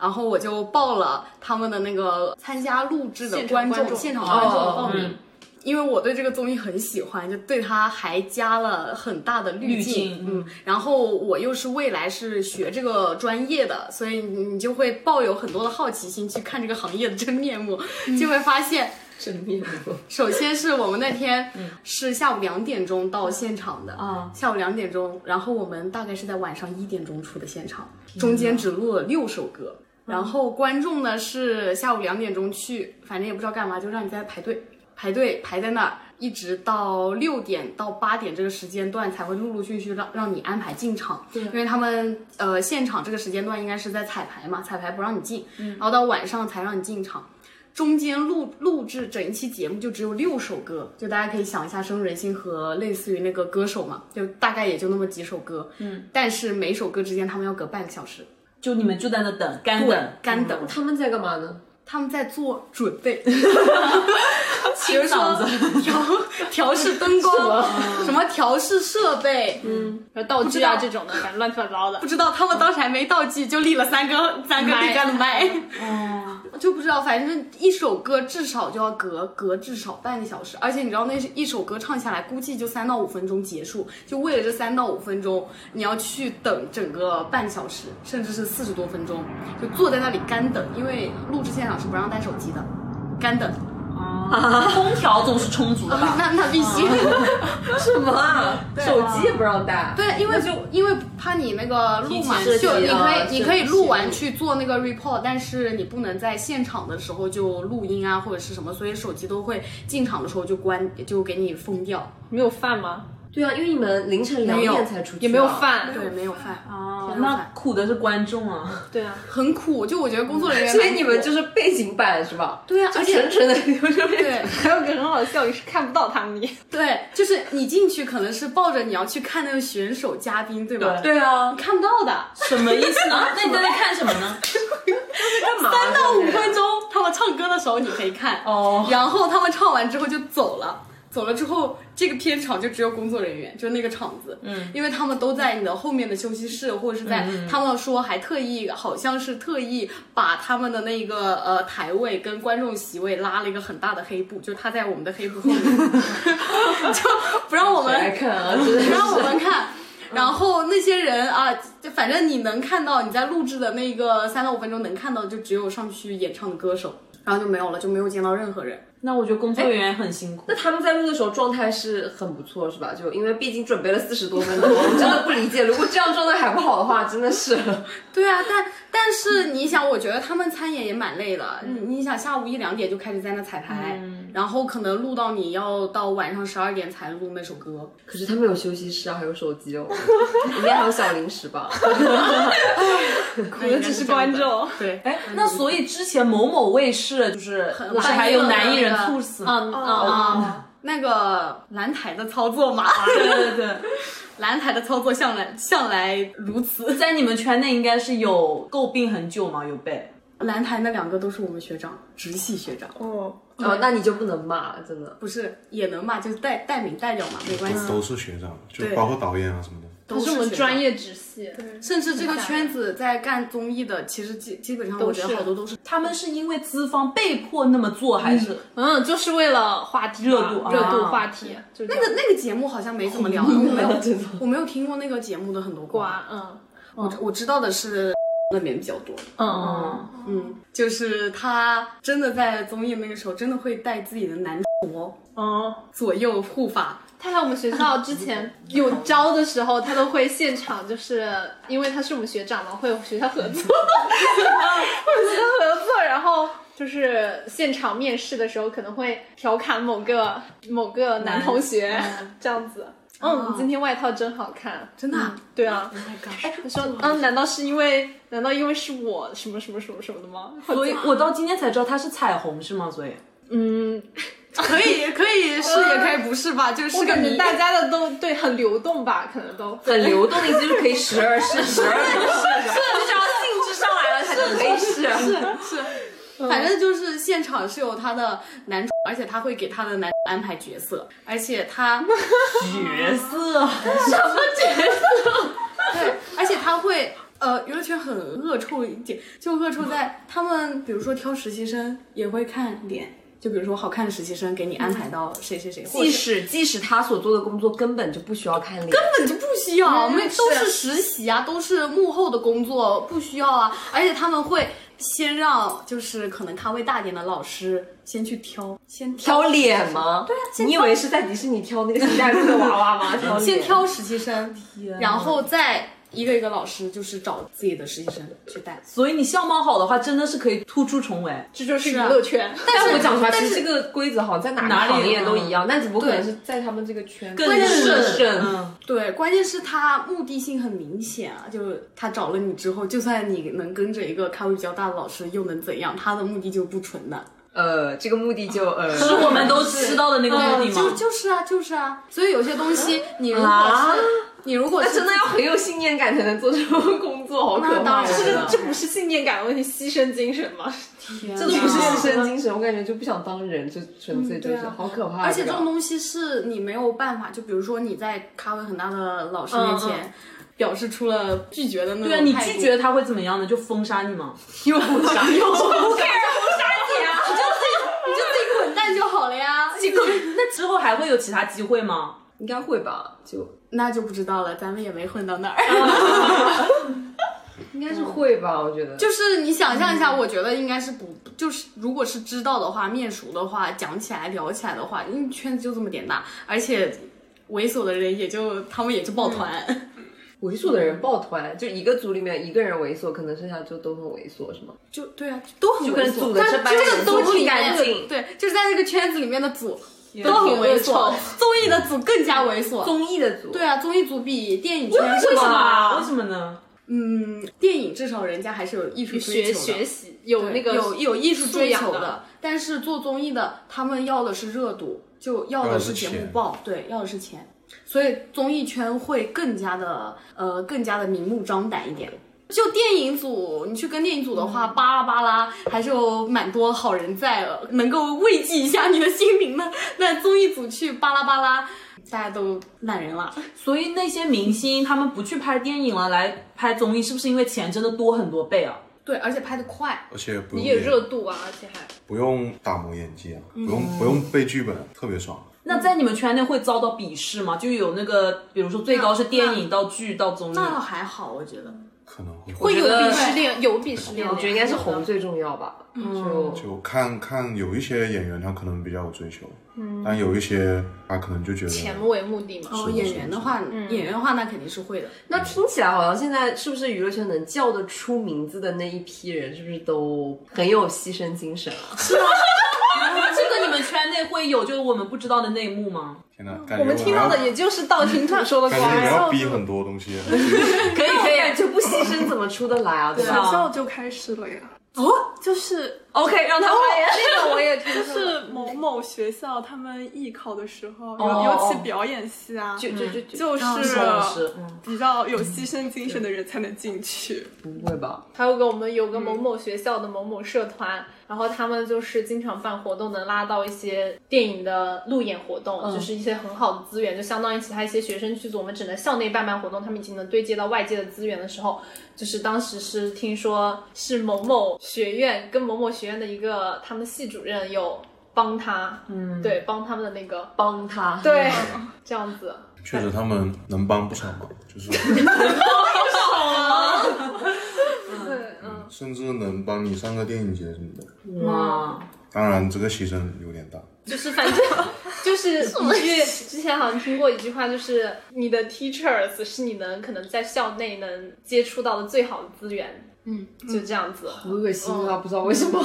D: 然后我就报了他们的那个参加录制的
F: 现场
D: 观众
F: 观众
D: 现场
B: 哦
D: 观众的报
B: 哦
D: 名，因为我对这个综艺很喜欢，就对它还加了很大的滤
A: 滤
D: 镜。
A: 镜
D: 嗯，然后我又是未来是学这个专业的，所以你你就会抱有很多的好奇心去看这个行业的真面目，就会发现。
B: 嗯真面目，嗯
D: 首先是我们那天是下午两点钟到现场的，
A: 啊
D: 下午两点钟，然后我们大概是在晚上一点钟出的现场，中间只录了六首歌，
B: 嗯
D: 然后观众呢是下午两点钟去，反正也不知道干嘛，就让你在排队，排队排在那儿，一直到六点到八点这个时间段才会陆陆续续让让你安排进场，对，因为他们呃现场这个时间段应该是在彩排嘛，彩排不让你进，然后到晚上才让你进场。中间录录制整一期节目就只有六首歌，就大家可以想一下深入人心和类似于那个歌手嘛，就大概也就那么几首歌，嗯，但是每首歌之间他们要隔半个小时，
A: 就你们就在那等，干
D: 对
A: 等，，嗯
D: 干等，
B: 他们在干嘛呢？
D: 他们在做准备，
A: 比如
D: 说调调试灯光，什么调试设备，
F: 然后道具啊这种的，反正乱七八糟的
D: 不。知道他们当时还没到季，就立了三个三个对干的麦， 就不知道，反正一首歌至少就要隔隔至少半个小时，而且你知道那是一首歌唱下来，估计就三到五分钟结束，就为了这三到五分钟，你要去等整个半小时，甚至是四十多分钟，就坐在那里干等，因为录制现场是不让带手机的，干等。
A: 空调总是充足的吧？啊
D: 那那必须。
B: 什么啊？手机也不让带？
D: 对，因为就因为怕你那个录嘛，
B: 提前
D: 就
B: 设计
D: 你可
B: 啊
D: 以你可以录完去做那个 report，但是你不能在现场的时候就录音啊或者是什么，所以手机都会进场的时候就关就给你封掉。
F: 没有饭吗？
B: 对啊，因为你们凌晨两
D: 没有
B: 点才出去啊，
F: 也没有饭。
D: 对，没有饭，
F: 哦，
D: 没有
A: 那
D: 饭，
A: 苦的是观众啊，
F: 对啊，
D: 很苦。就我觉得工作人员蛮苦，
B: 所以你们就是背景板是吧？
D: 对啊，
B: 就
D: 而且
B: 纯纯的就是
D: 对
F: 还有个很好的笑，你是看不到他们的。
D: 对，就是你进去可能是抱着你要去看那个选手嘉宾，对吧？
B: 对啊
D: 你，看不到的，
A: 什么意思呢？那你在那看什么呢？
B: 干嘛？三到
D: 五分钟他们唱歌的时候你可以看，
A: 哦，
D: 然后他们唱完之后就走了。走了之后，这个片场就只有工作人员，就是那个场子，嗯，因为他们都在你的后面的休息室，或者是在、他们说还特意好像是特意把他们的那个呃台位跟观众席位拉了一个很大的黑布，就是他在我们的黑布后面，就不让我们
B: 来看啊，真的是
D: 不让我们看。然后那些人啊，就反正你能看到你在录制的那个三到五分钟能看到，就只有上去演唱的歌手，然后就没有了，就没有见到任何人。
A: 那我觉得工作人员很辛苦
B: 那。他们在录的时候状态是很不错，是吧？就因为毕竟准备了四十多分钟，我真的不理解，如果这样状态还不好的话，真的是
D: 对啊，但但是你想，我觉得他们参演也蛮累的。你你想，下午一两点就开始在那彩排，
A: 嗯
D: 然后可能录到你要到晚上十二点才录那首歌。
B: 可是他们有休息室啊，还有手机哦，应该还有小零食吧？
D: 可能只是观众，对，
A: 哎， 那所以之前某某卫视就是不是还有男艺人猝死吗？
D: 啊
F: 嗯哦
D: 啊啊！那个蓝台的操作嘛，
A: 对啊对对，
D: 蓝台的操作向来向来如此。
A: 在你们圈内应该是有诟病很久嘛，有被。
D: 蓝台那两个都是我们学长，直系学长，
F: 哦，
B: 哦，那你就不能骂了，真的。
D: 不是也能骂，就是代代名代表嘛，没关系。
E: 都是学长，就包括导演啊什么的。
D: 都
F: 是我们嗯
D: 学长
F: 专，业直系。
D: 甚至这个圈子在干综艺的，其实基基本上我觉得好多都是
A: 他们是因为资方被迫那么做，还是
F: 嗯，就是为了话题嘛
A: 热度啊
F: 热度话题，就那
D: 那个那个节目好像没怎 么聊，我没有我没有听过那个节目的很多瓜，
F: 瓜，嗯
D: 我我知道的是那边比较多，
F: 嗯
D: 嗯，就是他真的在综艺那个时候真的会带自己的男模
F: 哦，
D: 左右护法，
F: 他来我们学校之前有招的时候，他都会现场，就是因为他是我们学长嘛，会有学校合作，会有学校合作，然后。就是现场面试的时候，可能会调侃某个某个男同学、这样子。嗯，你今天外套真好看。
D: 真的啊
F: 嗯对啊。
D: ，Oh my god，
F: 他说，嗯，难道是因为难道因为是我什么什么什么什么的吗？
A: 所以我到今天才知道他是彩虹是吗？所以
F: 嗯，
D: 可以可以是也 可以不是吧，就是
F: 我
D: 个
F: 感
D: 谜
F: 觉。大家的都对很流动吧，可能都
B: 很流动的意思就是可以时而是，时而不是，
A: 这叫兴致上来了，
B: 还是可以 是。嗯
D: 反正就是现场是有他的男主，而且他会给他的男主安排角色，而且他
A: 角色。
D: 啊 对，而且他会呃，娱乐圈很恶臭一点，就恶臭
B: 嗯
D: 在他们比如说挑实习生也会看脸，就比如说好看的实习生给你安排到谁谁谁，或
B: 即
D: 者是
B: 使即使他所做的工作根本就不需要看脸，
D: 根本就不需要，我
B: 嗯
D: 们
F: 是
D: 都是实习啊，都是幕后的工作，不需要啊，而且他们会。先让就是可能咖位大一点的老师先去挑，先
B: 挑
D: 实习
B: 脸
D: 生
B: 吗？对啊你以为是在迪士尼挑那个皮带裤的娃娃吗？挑脸
D: 先挑实习生，然后再一个一个老师就是找自己的实习生去 带。
A: 所以你相貌好的话，真的是可以突出重围。
F: 这就是娱
D: 啊
F: 乐圈。
B: 但是我讲出来，其实这个规则好像在哪个
A: 哪里
B: 行业
A: 呢
B: 都一样，但只不过可能
D: 嗯对
B: 是在他们这个圈
A: 更
D: 键是
A: 嗯，
D: 对，关键是他目的性很明显啊，就是他找了你之后，就算你能跟着一个咖位比较大的老师，又能怎样？他的目的就不纯的，
B: 呃，这个目的就呃，
A: 是我们都知道的那个目的
D: 就
A: 吗？
D: 就是啊，就是啊。所以有些东 西，你如果是、
B: 啊
D: 你如果
B: 那
D: 是
B: 真的要很有信念感才能做这份工作，好可
D: 那当
B: 怕呀！
D: 然
F: 这
D: 是
F: 个
D: 啊
F: 这不是信念感的问题，牺牲精神吗？
D: 天
B: 这
D: 哪
B: 都不是牺牲精神，我感觉就不想当人，就纯粹就是
D: 对啊
B: 好可怕。
D: 而且这
B: 个
D: 种东西是你没有办法，就比如说你在咖位很大的老师面前。表示出了拒绝的那种
A: 对啊，你
D: 态度
A: 拒绝他会怎么样呢？就封杀你吗？
D: 又不 杀，又不杀，不杀你啊！你就自己，你就自己滚蛋就好了呀。
A: 这个那之后还会有其他机会吗？
B: 应该会吧？就
D: 嗯 那就不知道了，咱们也没混到那儿。
B: 应该是会吧，我觉得。
D: 就是你想象一下，我觉得应该是不，就是如果是知道的话，面熟的话，讲起来聊起来的话，因为圈子就这么点大，而且猥琐的人也就他们也就抱团。
B: 猥琐的人抱团，就一个组里面一个人猥琐，可能剩下就都很猥琐，是吗？
D: 就 对啊，都很
B: 就
D: 猥
B: 跟
D: 琐，
B: 组的这
D: 但
B: 帮
D: 这个
B: 人
D: 都
B: 都
D: 挺
B: 挺
D: 干
B: 干
D: 净，
B: 净
D: 对，啊就是在这个圈子里面的组都
A: 都
D: 很
A: 挺
D: 猥
A: 猥琐
D: 琐，综艺的组更加猥琐。
B: 综艺的组，
D: 对啊，综艺组比电影圈
A: 为什
D: 么？
A: 么？为什么呢？
D: 嗯，电影至少人家还是有艺术追
F: 学
D: 求的
F: 学习有
D: 对
F: 那个
D: 有有艺术
F: 素
D: 追
F: 养
D: 求
F: 的
D: 的，但是做综艺的他们要的是热度，就要
E: 要
D: 的
E: 的
D: 是
E: 是
D: 节目
E: 钱
D: 爆，对，要的是钱，所以综艺圈会更加的呃更加的明目张胆一点。就电影组，你去跟电影组的话，巴拉巴拉还是有蛮多好人在，呃能够慰藉一下你的心灵的。那综艺组去巴拉巴拉，大家都懒人了。
A: 所以那些明星他们不去拍电影了，来拍综艺，是不是因为钱真的多很多倍啊？
D: 对，而且拍的快，
E: 而且不用
F: 也
E: 演
F: 热度啊，而且还
E: 不用打磨演技啊，不用不用背剧本，特别爽。
A: 那在你们圈内会遭到鄙视吗？就有那个，比如说最高是电影到剧到综艺，
D: 那哦倒还好，我觉得。
E: 可能会会
F: 有鄙视链，有鄙视链的呀，
B: 呃我觉得应该是
F: 有的
B: 红最重要吧。就
E: 就看看有一些演员他可能比较有追求，但有一些他可能就觉得
F: 钱为目的嘛。
D: 哦，演员的话，演员的话，那肯定是会的。
B: 那听起来好像现在是不是娱乐圈能叫得出名字的那一批人，是不是都很有牺牲精神啊？
A: 哎这个你们圈内会有就是我们不知道的内幕吗？
E: 天哪，感觉
F: 我们听到的
E: 要
F: 也就是道听途说的
E: 感觉我
F: 瓜
E: 们要
F: 呀。
E: 逼很多东西，
A: 可以可以
B: 感觉不牺牲怎么出得来啊？对吧？
G: 学校就开始了呀。
F: 哦就是
A: ，OK，让他发言。
F: 那个我也听
G: 就
F: 说了，
G: 是某某学校他们艺考的时候，尤
A: 哦
G: 尤其表演系啊，
A: 嗯
B: 就就就就
G: 就是比较有牺牲精神的人才能进去。
B: 不会吧？
F: 还有个我们有
B: 嗯
F: 个某某学校的某某社团，然后他们就是经常办活动，能拉到一些电影的路演活动，
B: 嗯
F: 就是一些很好的资源，就相当于其他一些学生剧组，我们只能校内办办活动，他们已经能对接到外界的资源的时候，就是当时是听说是某某学院跟某某学院的一个他们系主任有帮他，嗯，对，帮他们的那个
B: 帮他，
F: 对，这样子。
E: 确实他们能帮不少忙，就是
F: 对，嗯，
E: 甚至能帮你上个电影节什么的。
A: 哇，
E: 当然这个牺牲有点大，
F: 就是反正 就是一句，之前好像听过一句话，就是你的 teachers 是你能可能在校内能接触到的最好的资源。嗯，就这样子。
B: 好恶心啊！不知道为什么。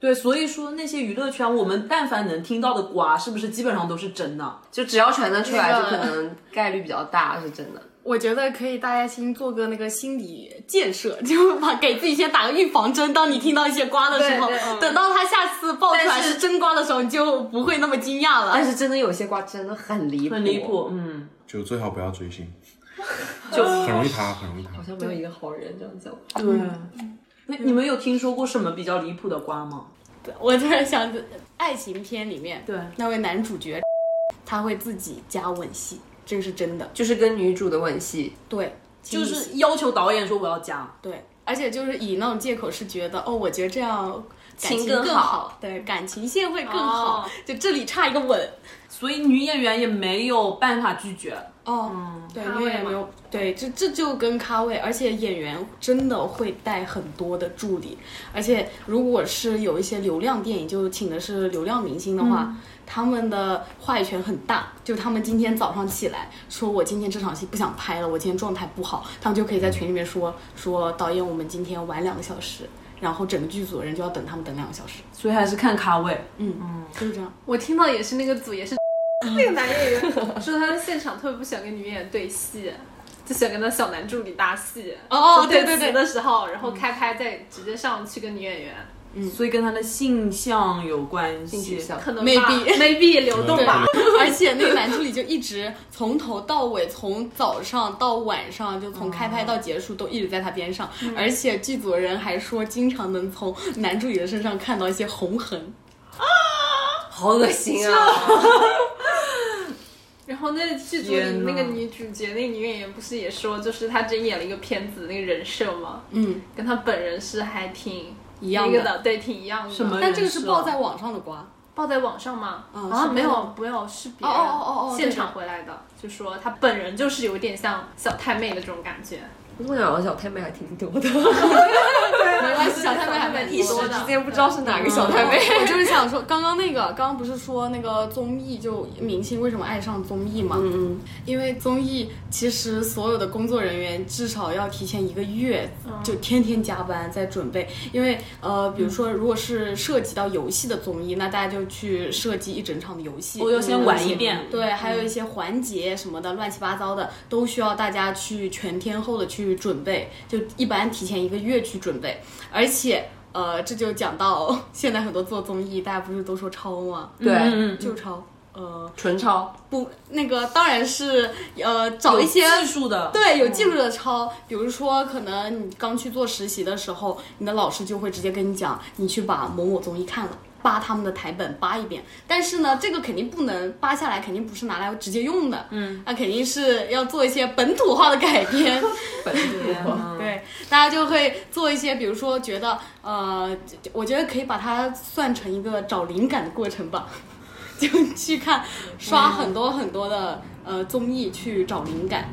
A: 对，所以说那些娱乐圈，我们但凡能听到的瓜，是不是基本上都是真的？
B: 就只要传得出来，
F: 那
B: 就
F: 个
B: 可能概率比较大，是真的。
D: 我觉得可以，大家先做个那个心理建设， 就把给自己先打个预防针。当你听到一些瓜的时候，
F: 对对
D: 等到他下次爆出嗯来是真瓜的时候，你就不会那么惊讶了。
B: 但是真的有些瓜真的很离谱，
A: 很离，谱，嗯，
E: 就最好不要追星，就很容易塌，很容易塌
B: 好。像没有一个好人这样讲。
A: 对。嗯那你们有听说过什么比较离谱的瓜吗？
D: 我突然想，爱情片里面
A: 对
D: 那位男主角，他会自己加吻戏，这个是真的。
B: 就是跟女主的吻戏，
D: 对，就
A: 就是要求导演说我要加，
D: 对，而且就是以那种借口是觉得哦，我觉得这样感情
B: 情更
D: 更
B: 好
D: 好，对，感情线会更好，
F: 哦
D: 就这里差一个吻。
A: 所以女演员也没有办法拒绝。
D: 哦，对，
F: 咖
D: 因为
F: 位
D: 也
F: 嘛
D: 没有对，这这就跟咖位，而且演员真的会带很多的助理，而且如果是有一些流量电影，就请的是流量明星的话，他们的话语权很大，就他们今天早上起来说我今天这场戏不想拍了，我今天状态不好，他们就可以在群里面说说导演，我们今天晚两个小时。然后整个剧组的人就要等他们等两个小时，
A: 所以还是看咖位。
D: 就是这样。
F: 我听到也是那个组也是 那个男演 员说他在现场特别不喜欢跟女演员对戏，就喜欢跟他小男助理搭戏。
D: 哦
F: 就
D: 对
F: 对
D: 对
F: 嗯
D: 对
F: 词的时候，然后开拍再直接上去跟女演员，
A: 所以跟他的性向有关
B: 进去
A: 系。
B: 笑。
F: 可能
D: Maybe
F: maybe 流动吧。
D: 而且那个男助理就一直从头到尾，从早上到晚上，就从开拍到结束都一直在他边上。而且剧组人还说，经常能从男助理的身上看到一些红痕。
B: 好恶心啊！
F: 然后那剧组里
A: 天呐
F: 那个女主角，那个女演员不是也说，就是她之前演了一个片子，那个人设嘛，
D: 嗯，
F: 跟她本人是还挺
D: 一样
F: 那个
D: 的。
F: 的，对，挺一样的。
A: 什么
D: 但这个是哦报在网上的瓜，
F: 报在网上嘛？
D: 嗯
F: 啊，
D: 是
F: 没有，没有，是别人
D: 哦哦哦哦对
F: 现场回来的，就说她本人就是有点像小太妹的这种感觉。
B: 诺亚和小太妹还挺多的，
D: 没关系，小太妹还蛮
B: 一时之间不知道是哪个小太妹。
D: 我就是想说，刚刚那个，刚刚不是说那个综艺，就明星为什么爱上综艺嘛？嗯嗯，因为综艺其实所有的工作人员至少要提前一个月，就天天加班在准备。因为呃，比如说如果是涉及到游戏的综艺，那大家就去设计一整场的游戏，
A: 我要先玩一遍
D: 对，还有一些环节什么的，乱七八糟的，都需要大家去全天候的去准备，就一般提前一个月去准备，而且。呃，这就讲到 现在很多做综艺，大家不是都说抄吗？
B: 对，
A: 嗯，
D: 就抄，呃，
B: 纯抄。
D: 不，那个当然是呃找一些
A: 技术的，
D: 对有技术的抄，比如说可能你刚去做实习的时候，你的老师就会直接跟你讲，你去把某某综艺看了。扒他们的台本扒一遍，但是呢，这个肯定不能扒下来，肯定不是拿来直接用的，嗯，那、肯定是要做一些本土化的改编，
B: 本土
A: 嗯
B: 化
D: 对，大家就会做一些，比如说觉得，呃，我觉得可以把它算成一个找灵感的过程吧， 就去看刷很多很多的呃综艺去找灵感，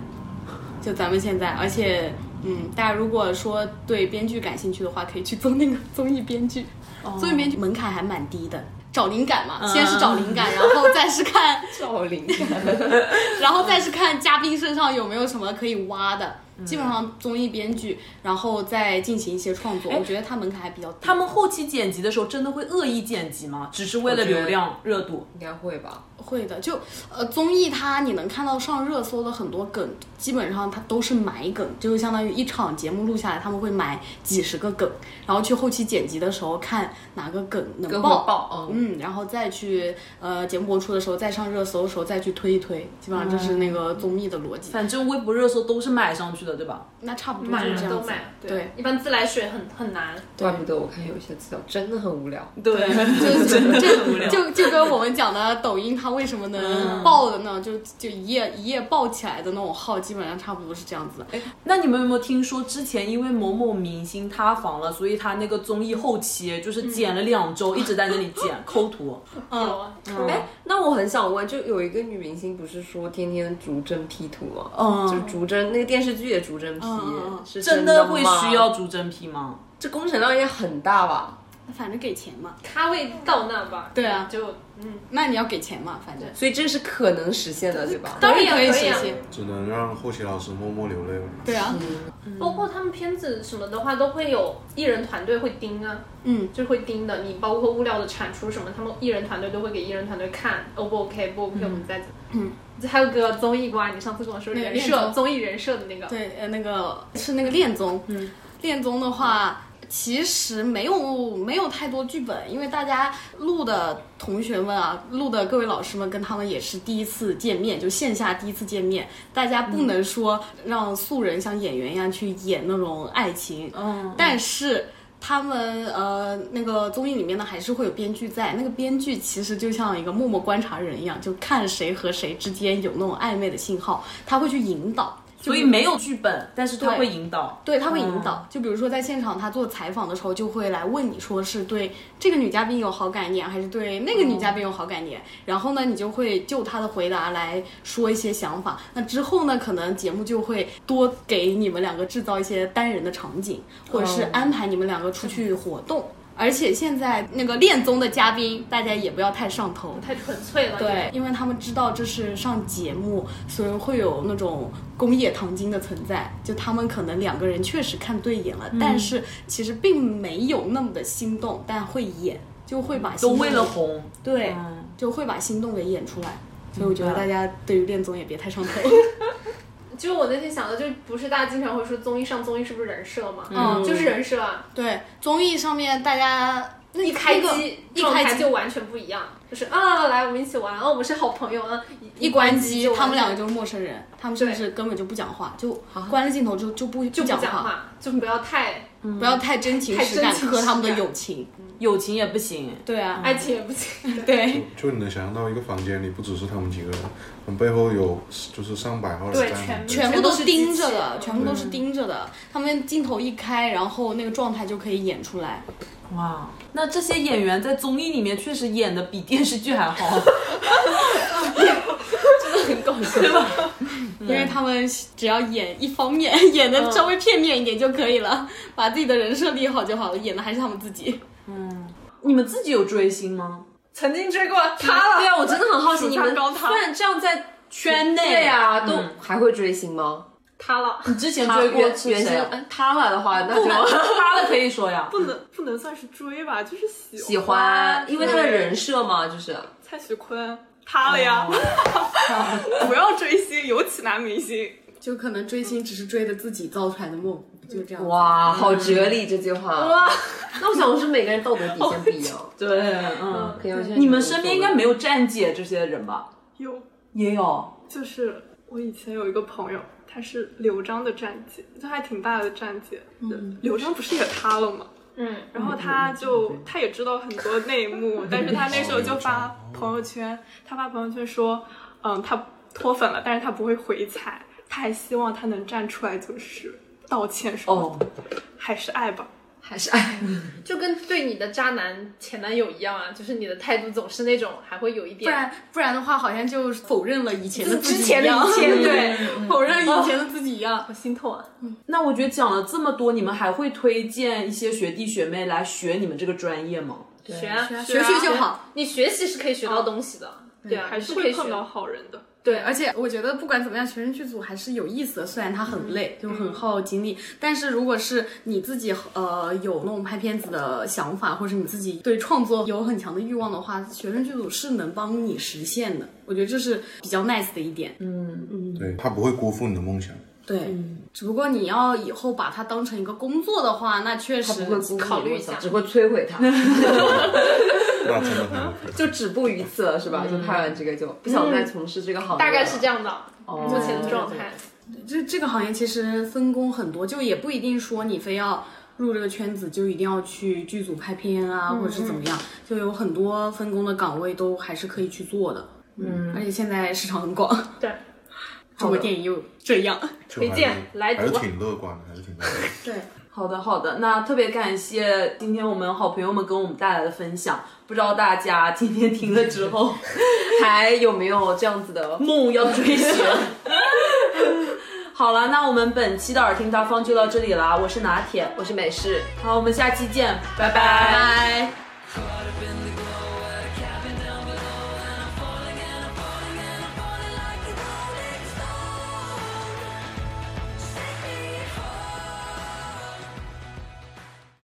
D: 就咱们现在，而且。嗯，大家如果说对编剧感兴趣的话，可以去做那个综艺编剧。
B: 哦
D: 综艺编剧门槛还蛮低的，找灵感嘛，先是找灵感，然后再是 看，
B: 赵嗯灵感，
D: 然后再是看嘉宾身上有没有什么可以挖的。
B: 嗯
D: 基本上综艺编剧，然后再进行一些创
B: 哎
D: 作，我觉得它门槛还比较低。
A: 他们后期剪辑的时候真的会恶意剪辑吗？只是为了流量热度？
B: 应该会吧？
D: 会的，就呃综艺它你能看到上热搜的很多梗，基本上它都是埋梗，就相当于一场节目录下来，他们会埋几十个梗，然后去后期剪辑的时候看哪个梗能
B: 跟
D: 爆，
B: 爆，嗯，
D: 嗯，然后再去呃节目播出的时候再上热搜的时候再去推一推，基本上这是那个综艺的逻辑。
A: 反正微博热搜都是买上去的，对 吧？
D: 那差不多
F: 买
D: 嗯就这
F: 人
D: 样
F: 都
D: 子。
F: 买，
D: 对，
F: 一般自来水很很难。
B: 怪不得我看有些资料真的很无聊。
A: 对，
D: 就
A: 很无
D: 就
A: 聊嗯
D: 就就跟我们讲的抖音它为什么能爆的呢？就就一夜一夜爆起来的那种号，基本上差不多是这样子的。
A: 那你们有没有听说之前因为某某明星塌房了，所以他那个综艺后期就是剪了两周，一直在那里剪抠图。
F: 嗯，
B: 哎，那我很想问，就有一个女明星不是说天天逐帧 P 图吗？
A: 嗯
B: 就逐帧那个电视剧也逐帧 P，
D: 嗯嗯
B: 是
A: 真
B: 的
A: 的会
B: 吗
A: 需要逐帧 P 吗？
B: 这工程量也很大吧？
D: 反正给钱嘛，
F: 咖位到那吧。
D: 对啊
F: 就
D: 那你要给钱嘛，反正
B: 所以这是可能实现的，对吧？
F: 当然
D: 可以
F: 也可以
D: 实
F: 啊
D: 现。
E: 只能让后期老师默默流泪了。
D: 对啊，
A: 嗯
B: 嗯
F: 包括他们片子什么的话，都会有艺人团队会盯啊，
D: 嗯，
F: 就会盯的。你包括物料的产出什么，他们艺人团队都会给艺人团队看，O 不 OK，不 OK，我们再
D: 嗯。
F: 还有个综艺瓜，你上次跟我说
D: 那个
F: 人
D: 恋
F: 设
D: 综
F: 综艺人设的那个，
D: 对，呃，那个是那个恋综，嗯，恋综的话。其实没有没有太多剧本，因为大家录的同学们啊，录的各位老师们跟他们也是第一次见面，就线下第一次见面，大家不能说让素人像演员一样去演那种爱情，
A: 嗯，
D: 但是他们呃那个综艺里面呢，还是会有编剧在。那个编剧其实就像一个默默观察人一样，就看谁和谁之间有那种暧昧的信号，他会去引导。
A: 所以没有剧本，但是他
D: 对
A: 会引导。
D: 对，他会引导。就比如说在现场，他做采访的时候，就会来问你说是对这个女嘉宾有好感点，还是对那个女嘉宾有好感点。然后呢，你就会就他的回答来说一些想法。那之后呢，可能节目就会多给你们两个制造一些单人的场景，或者是安排你们两个出去活动。而且现在那个恋综的嘉宾，大家也不要太上头，
F: 太纯粹了。
D: 对，因为他们知道这是上节目，所以会有那种工业糖精的存在。就他们可能两个人确实看对眼了，但是其实并没有那么的心动，但会演，就会把心
A: 都
D: 动
A: 为了红，
D: 对，
A: 嗯
D: 就会把心动给演出来。所以我觉得
A: 明白
D: 大家对于恋综也别太上头。
F: 就我那天想的，就不是大家经常会说综艺上综艺是不是人设嘛？
D: 嗯
F: 就是人设啊，
D: 对，综艺上面大家那
F: 一开
D: 那个
F: 机
D: 一
F: 状
D: 开
F: 态
D: 机
F: 就完全不一样，就是啊，来我们一起玩，哦，我们是好朋友啊，
D: 一关
F: 关
D: 机
F: 就，
D: 他们两个
F: 就
D: 就是陌生人，他们甚至根本就不讲话，就关了镜头就就不
F: 就
D: 就
F: 不
D: 讲嗯
F: 讲话，就不要太
D: 不要太真情
F: 太
D: 实
F: 真
D: 感
F: 情
D: 磕
F: 实
D: 他们的
F: 感
D: 友情。
A: 友情也不行。
D: 对啊，
F: 爱情也不行。
D: 对，
E: 就你能想象到一个房间里不只是他们几个人，我们背后有就是上百号人
F: 对
E: 在那
F: 全
E: 里
D: 全部都
F: 全都是
D: 盯
F: 机
D: 着
F: 器
D: 的，全部都是盯着的。他们镜头一开，然后那个状态就可以演出来。
A: 哇，那这些演员在综艺里面确实演的比电视剧还好，真的很搞笑，对吧？
D: 因为他们只要演一方面， 演的稍微片面一点就可以了，把自己的人设立好就好了，演的还是他们自己。
A: 你们自己有追星吗？
F: 曾经追过他了，
A: 对啊，我真的很好奇，
G: 属
A: 你
G: 相
A: 们
G: 高塔
A: 虽然这样在圈内，
B: 对呀、都
A: 嗯
B: 还会追星吗？
F: 他了，
A: 你之前
B: 他
A: 追过
B: 原
A: 是
B: 原
A: 谁
B: 先
A: 啊？
B: 嗯他了的话，那
A: 不能
B: 就
A: 他的可以说呀，
G: 不能不能算是追吧，就是喜
B: 喜欢，因为他的人设嘛，就是
G: 蔡徐坤塌了呀， 不要追星，尤其男明星。
D: 就可能追星只是追的自己造出来的梦，就这样。
B: 哇，好
A: 嗯
B: 哲理这句话。哇， 那我想是每个人道德底线不一 样，
A: 对，嗯，
B: 可能有些人
A: 你
B: 就
A: 们
B: 无所
A: 身边应
B: 谓
A: 该没有站姐这些人吧？
G: 有，
A: 也有，
G: 就是我以前有一个朋友，他是刘璋的站姐，就还挺大的站姐。刘璋不是也塌了吗？
F: 嗯，
G: 然后他就他也知道很多内幕，但是他那时候就发朋友圈，他发朋友圈说，嗯，他脱粉了，但是他不会回踩，他还希望他能站出来，就是道歉说，
A: 哦，
G: 还是爱吧。
B: 还是爱。
F: 就跟对你的渣男前男友一样啊，就是你的态度总是那种还会有一
D: 不
F: 点
D: 然不然的话，好像就否认了以前的自
F: 之
D: 己
F: 前
D: 一
F: 的
D: 样，
F: 一切，对，
D: 对，否认以前的自己一样。
F: 好心痛啊。
A: 那我觉得讲了这么多，你们还会推荐一些学弟学妹来学你们这个专业吗？
F: 学啊
D: 学学就好，哦
F: 你学习是可以学到东西的，对啊，
G: 还是
F: 是可
G: 会
F: 以
G: 碰到
F: 学。
G: 好人的，
D: 对，而且我觉得不管怎么样，学生剧组还是有意思的。虽然它
B: 嗯
D: 很累，就很耗精力，但是如果是你自己呃有那种拍片子的想法，或者你自己对创作有很强的欲望的话，学生剧组是能帮你实现的。我觉得这是比较 nice 的一点。嗯
E: 对他不会辜负你的梦想。
D: 对，只不过你要以后把它当成一个工作的话，那确实
B: 不会辜负
D: 考
B: 你
D: 虑
B: 梦
D: 一下
B: 想，。只会摧毁 他，
E: 那真的很不错。
B: 就止步于此了，是吧？就拍完这个就不
A: 嗯
B: 想再从事这个行业了，
F: 大概是这样的，
B: 哦
F: 目前的状态。
D: 这这个行业其实分工很多，就也不一定说你非要入这个圈子就一定要去剧组拍片啊，或者是怎么样，就有很多分工的岗位都还是可以去做的。嗯，而且现在市场很广，
F: 对，
D: 中国电影又这样。
E: 推
F: 荐来
E: 还是
F: 读啊
E: 挺乐观的，还是挺乐观的。
A: 好的，好的，那特别感谢今天我们好朋友们给我们带来的分享。不知道大家今天听了之 后，
B: 还有没有这样子的？
A: 梦要追寻。 好了，那我们本期的耳听大方就到这里啦。我是拿铁，
B: 我是美式。
A: 好，我们下期见，拜拜
B: 拜。
H: Caught up in the glow